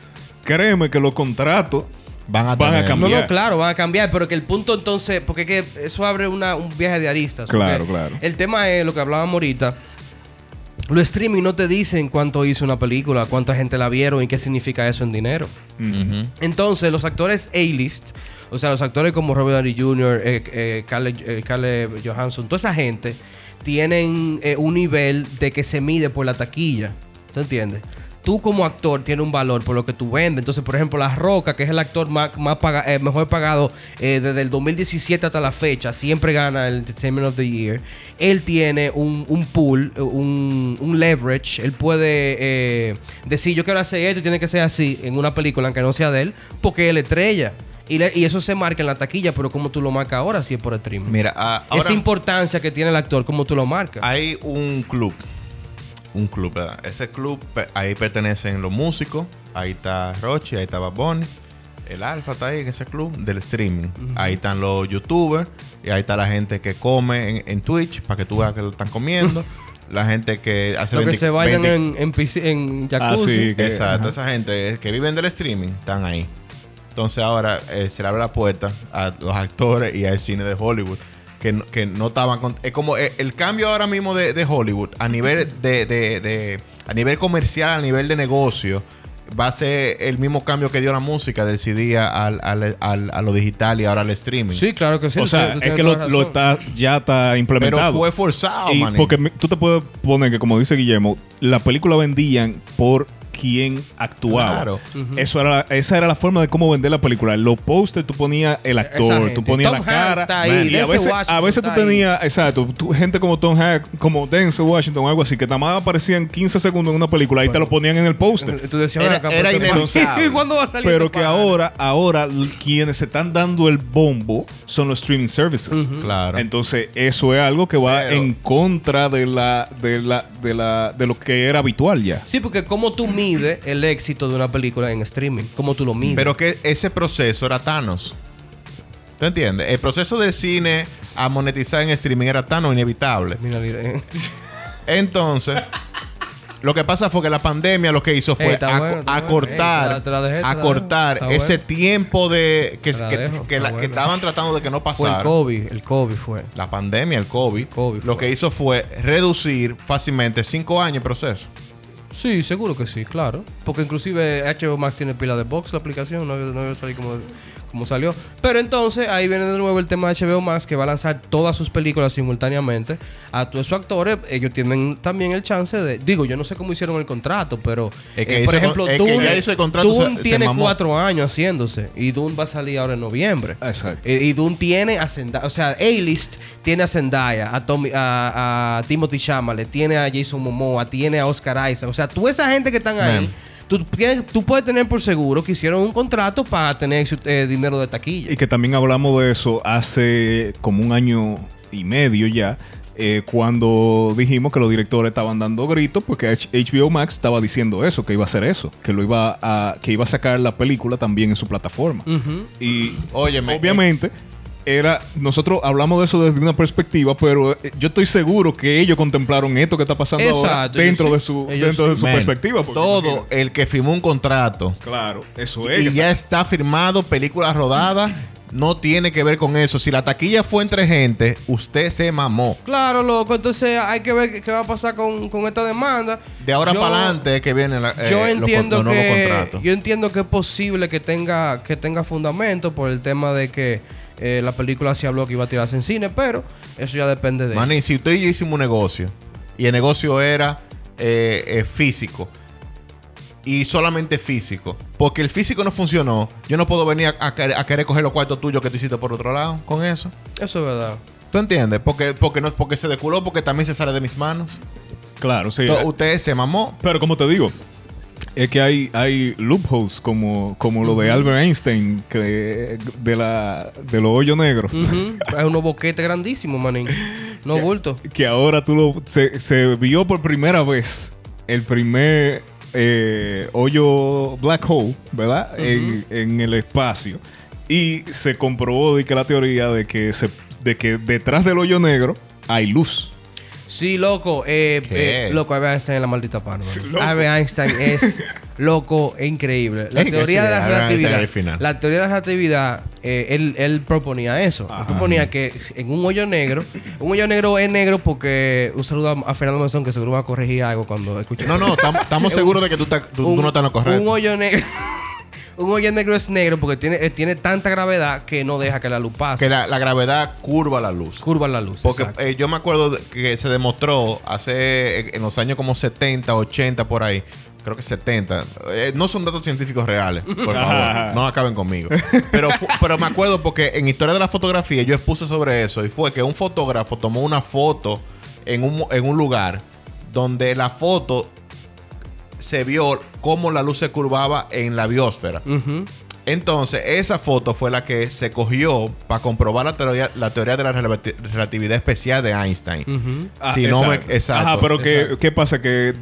Speaker 4: créeme que los contratos
Speaker 3: Van a,
Speaker 4: Van a
Speaker 3: tener-
Speaker 4: cambiar.
Speaker 2: no,
Speaker 4: Cambiar.
Speaker 2: no, claro, van a cambiar, pero que el punto entonces, porque es que eso abre una- un viaje de aristas.
Speaker 4: Claro,
Speaker 2: porque
Speaker 4: claro.
Speaker 2: El tema es lo que hablábamos ahorita. Los streaming no te dicen cuánto hizo una película, cuánta gente la vieron y qué significa eso en dinero.
Speaker 3: Ujú.
Speaker 2: Entonces, los actores A-list, o sea, los actores como Robert Downey Jr., eh, eh, Scarlett- eh, Scarlett Johansson, toda esa gente tienen eh, un nivel de que se mide por la taquilla. ¿Tú entiendes? Tú como actor tienes un valor por lo que tú vendes. Entonces, por ejemplo, La Roca, que es el actor más, más paga- eh, mejor pagado eh, desde el 2017 hasta la fecha, siempre gana el Entertainment of the Year. Él tiene un, un pool, eh, un, un leverage. Él puede eh, decir, yo quiero hacer esto y tiene que ser así en una película, aunque no sea de él, porque él estrella. Y, le- y eso se marca en la taquilla, pero como tú lo marcas ahora, si es por streaming.
Speaker 3: Mira, a- ahora Ah,
Speaker 2: Esa importancia que tiene el actor, como tú lo marcas.
Speaker 3: hay un club. Un club, ¿verdad? Ese club, pe- ahí pertenecen los músicos. Ahí está Rochi, ahí está Bad Bunny. El Alfa está ahí en ese club del streaming. Ahí están los youtubers. Y ahí está la gente que come en, en Twitch para que tú veas que lo están comiendo. la gente que hace
Speaker 2: Lo que
Speaker 3: 20
Speaker 2: se vayan
Speaker 3: 20
Speaker 2: en, en, pisci- en
Speaker 4: Ah,
Speaker 2: jacuzzi.
Speaker 4: sí. que-
Speaker 3: Exacto,
Speaker 4: ajá.
Speaker 3: esa gente que viven del streaming están ahí. Entonces ahora eh, se le abre la puerta a los actores y al cine de Hollywood. Que no, que no estaban con- Es como eh, el cambio ahora mismo de, de Hollywood a nivel de, de- de- a nivel comercial, a nivel de negocio, va a ser el mismo cambio que dio la música del CD al- al- al- a lo digital y ahora al streaming.
Speaker 2: Sí, claro que sí.
Speaker 4: o
Speaker 2: tú-
Speaker 4: sea,
Speaker 2: tú
Speaker 4: es
Speaker 2: tienes
Speaker 4: que
Speaker 2: toda
Speaker 4: lo,
Speaker 2: la
Speaker 4: lo
Speaker 2: razón.
Speaker 4: está, ya está
Speaker 3: Pero
Speaker 4: implementado.
Speaker 3: fue forzado,
Speaker 4: Y
Speaker 3: manín.
Speaker 4: porque me- tú te puedes poner que, como dice Guillermo, la película vendían por quien actuaba.
Speaker 3: Claro.
Speaker 2: Ujú.
Speaker 4: Eso era la- esa era la forma de cómo vender la película. En los pósters tú ponías el
Speaker 2: Esa
Speaker 4: actor,
Speaker 2: gente.
Speaker 4: tú ponías
Speaker 2: Tom
Speaker 4: la
Speaker 2: Hanks
Speaker 4: cara.
Speaker 2: está ahí,
Speaker 4: Man, y a
Speaker 2: Denzel
Speaker 4: veces,
Speaker 2: Washington
Speaker 4: a veces tú
Speaker 2: está ahí.
Speaker 4: tenías, exacto, tú- gente como Tom Hanks, como Denzel Washington, algo así, que nada más aparecían 15 segundos en una película. Ahí te lo ponían en el póster.
Speaker 2: Tú decías,
Speaker 3: Era-
Speaker 2: "Ven acá, ¿por
Speaker 3: era
Speaker 2: qué no?"
Speaker 3: inevitable.
Speaker 2: ¿Y ¿Cuándo va a salir?
Speaker 4: Pero
Speaker 2: este
Speaker 4: que
Speaker 2: pana?
Speaker 4: ahora, ahora l- quienes se están dando el bombo son los streaming services.
Speaker 3: Claro.
Speaker 4: Entonces, eso es algo que va
Speaker 3: Pero-
Speaker 4: en contra de la, de la, de la, de lo que era habitual ya.
Speaker 2: Sí, porque cómo tú mides el éxito de una película en streaming. Cómo tú lo mides.
Speaker 3: Pero que ese proceso era Thanos. ¿Tú entiendes? El proceso del cine a monetizar en streaming era Thanos inevitable.
Speaker 2: Mira, mira, eh.
Speaker 3: Entonces, lo que pasa fue que la pandemia lo que hizo
Speaker 2: Ey,
Speaker 3: fue
Speaker 2: está bueno, está bueno. Ey, te
Speaker 3: acortar
Speaker 2: la- te la dejé, te la dejo.
Speaker 3: acortar
Speaker 2: Está
Speaker 3: ese
Speaker 2: bueno.
Speaker 3: tiempo de que,
Speaker 2: Te la
Speaker 3: que-
Speaker 2: dejo,
Speaker 3: que
Speaker 2: está
Speaker 3: la- que
Speaker 2: bueno.
Speaker 3: estaban tratando de que no
Speaker 2: fue el
Speaker 3: pasara.
Speaker 2: COVID. El COVID fue.
Speaker 3: La pandemia, el COVID,
Speaker 2: COVID
Speaker 3: lo
Speaker 2: fue.
Speaker 3: que hizo fue reducir fácilmente cinco años el proceso.
Speaker 2: Sí, seguro que sí, claro. Porque inclusive HBO Max tiene pila de box la aplicación, no, no iba a salir como, como salió. Pero entonces ahí viene de nuevo el tema de HBO Max que va a lanzar todas sus películas simultáneamente. A todos sus actores, ellos tienen también el chance de... Digo, yo no sé cómo hicieron el contrato, pero...
Speaker 3: Es que
Speaker 2: eh, por
Speaker 3: hizo-
Speaker 2: ejemplo,
Speaker 3: es que
Speaker 2: Dune,
Speaker 3: ya hizo el contrato,
Speaker 2: Dune
Speaker 3: se- se
Speaker 2: tiene
Speaker 3: mamó.
Speaker 2: cuatro años haciéndose y Dune va a salir ahora en noviembre.
Speaker 4: Exacto.
Speaker 2: Eh, Y Dune tiene a Zendaya, o sea, A-List tiene a Zendaya, a, Tommy, a, a Timothy Chalamet, tiene a Jason Momoa, tiene a Oscar Isaac. O sea, tú esa gente que están ahí,
Speaker 3: Man.
Speaker 2: tú, tienes- tú puedes tener por seguro que hicieron un contrato para tener su- eh, dinero de taquilla.
Speaker 4: Y que también hablamos de eso hace como un año y medio ya, eh, cuando dijimos que los directores estaban dando gritos porque H- HBO Max estaba diciendo eso, que iba a hacer eso, que lo iba a, que iba a sacar la película también en su plataforma.
Speaker 2: Ujú.
Speaker 4: Y
Speaker 3: Óyeme,
Speaker 4: obviamente era nosotros hablamos de eso desde una perspectiva, pero eh, yo estoy seguro que ellos contemplaron esto que está pasando ahora
Speaker 2: Exacto, ellos
Speaker 4: dentro
Speaker 2: sí.
Speaker 4: de su
Speaker 2: Ellos
Speaker 4: dentro de
Speaker 2: sí.
Speaker 4: su
Speaker 3: Man,
Speaker 4: perspectiva. porque
Speaker 3: eh, todo
Speaker 4: imagínate.
Speaker 3: el que firmó un contrato
Speaker 4: claro, eso es.
Speaker 3: y ya está firmado, película rodada. No tiene que ver con eso. Si la taquilla fue entre gente, usted se mamó.
Speaker 2: Claro, loco, entonces hay que ver qué- qué va a pasar con, con esta demanda.
Speaker 3: De ahora
Speaker 2: Yo-
Speaker 3: para adelante es que vienen la- eh,
Speaker 2: yo
Speaker 3: los con-
Speaker 2: entiendo
Speaker 3: los nuevos
Speaker 2: que
Speaker 3: contratos.
Speaker 2: yo entiendo que es posible que tenga que tenga fundamento por el tema de que eh, la película se habló que iba a tirarse en cine pero eso ya depende de
Speaker 3: Manín, si usted y yo hicimos un negocio y el negocio era eh, eh, físico y solamente físico, porque el físico no funcionó, yo no puedo venir a, a querer, a querer coger los cuartos tuyos que tú hiciste por otro lado con eso.
Speaker 2: eso es verdad
Speaker 3: ¿Tú entiendes? Porque, porque, no, porque se deculó, porque también se sale de mis manos.
Speaker 4: claro, sí.
Speaker 3: Entonces, usted se mamó.
Speaker 4: Pero como te digo, Es que hay, hay loopholes como, como lo de Albert Einstein, que de la de los hoyos negros.
Speaker 2: Ujú. Hay unos boquetes grandísimos, manín. No bulto.
Speaker 4: Que ahora tú lo. Se, se vio por primera vez el primer eh, hoyo black hole, ¿verdad? en, en el espacio. Y se comprobó de que la teoría de que, se, de que detrás del hoyo negro hay luz.
Speaker 2: Sí, loco. Eh,
Speaker 3: ¿Qué?
Speaker 2: eh, loco, Albert Einstein es la maldita pana.
Speaker 4: Sí,
Speaker 2: mano.
Speaker 4: loco.
Speaker 2: Albert Einstein es loco e increíble. La
Speaker 3: Es que
Speaker 2: teoría
Speaker 3: sí,
Speaker 2: de la
Speaker 3: Albert Einstein
Speaker 2: relatividad.
Speaker 3: al final.
Speaker 2: La teoría de la relatividad, eh, él, él proponía eso. Él proponía que en un hoyo negro, un hoyo negro es negro porque un saludo a- a Fernando Monzón que seguro va a corregir algo cuando escuche.
Speaker 3: No, no, tam- estamos seguros de que tú, ta- tú- tú no estás en lo correcto.
Speaker 2: un hoyo negro. un hoyo negro es negro porque tiene, eh, tiene tanta gravedad que no deja que la luz pase.
Speaker 3: Que la, la gravedad curva la luz.
Speaker 2: curva la luz.
Speaker 3: Porque
Speaker 2: exacto.
Speaker 3: eh, yo me acuerdo de- que se demostró hace eh, en los años como 70, 80 por ahí. Creo que 70. Eh, no son datos científicos reales, por favor. no acaben conmigo. Pero, fu- pero me acuerdo porque en Historia de la Fotografía yo expuse sobre eso. Y fue que un fotógrafo tomó una foto en un, en un lugar donde la foto se vio cómo la luz se curvaba en la biosfera.
Speaker 2: Ujú.
Speaker 3: Entonces, esa foto fue la que se cogió para comprobar la teoría, la teoría de la relati- relatividad especial de Einstein.
Speaker 2: Ujú.
Speaker 4: Ah,
Speaker 3: Si no me- exacto.
Speaker 4: Ajá, pero ¿qué,
Speaker 2: Exacto.
Speaker 4: ¿qué pasa? Que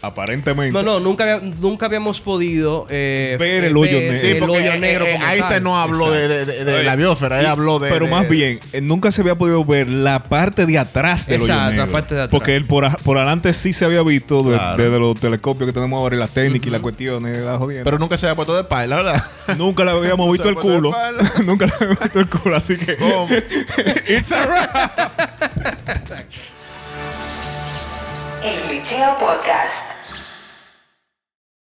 Speaker 4: aparentemente.
Speaker 2: No, no, nunca, había- nunca habíamos podido eh,
Speaker 4: Ver
Speaker 2: eh,
Speaker 4: el hoyo negro.
Speaker 3: Sí,
Speaker 2: el
Speaker 3: porque
Speaker 2: hoyo
Speaker 3: eh,
Speaker 2: negro.
Speaker 3: eh,
Speaker 2: como
Speaker 3: Einstein
Speaker 2: tal.
Speaker 3: no habló de, de- de- de
Speaker 4: Oye,
Speaker 3: la biosfera, él
Speaker 4: y-
Speaker 3: habló de...
Speaker 4: Pero
Speaker 3: de-
Speaker 4: más bien, eh, nunca se había podido ver la parte de atrás del hoyo
Speaker 2: Exacto, la
Speaker 4: negro.
Speaker 2: parte de atrás.
Speaker 4: Porque él por, a- por adelante sí se había visto de-
Speaker 3: Claro.
Speaker 4: desde los telescopios que tenemos ahora y la técnica y las cuestiones, la jodienda.
Speaker 3: Pero nunca se había puesto de espalda, ¿verdad?
Speaker 4: nunca le habíamos
Speaker 3: Se
Speaker 4: visto el
Speaker 3: puso de
Speaker 4: culo.
Speaker 3: espalda.
Speaker 4: nunca le habíamos visto el culo, así que.
Speaker 3: Boom.
Speaker 4: It's a wrap.
Speaker 1: El Liceo Podcast.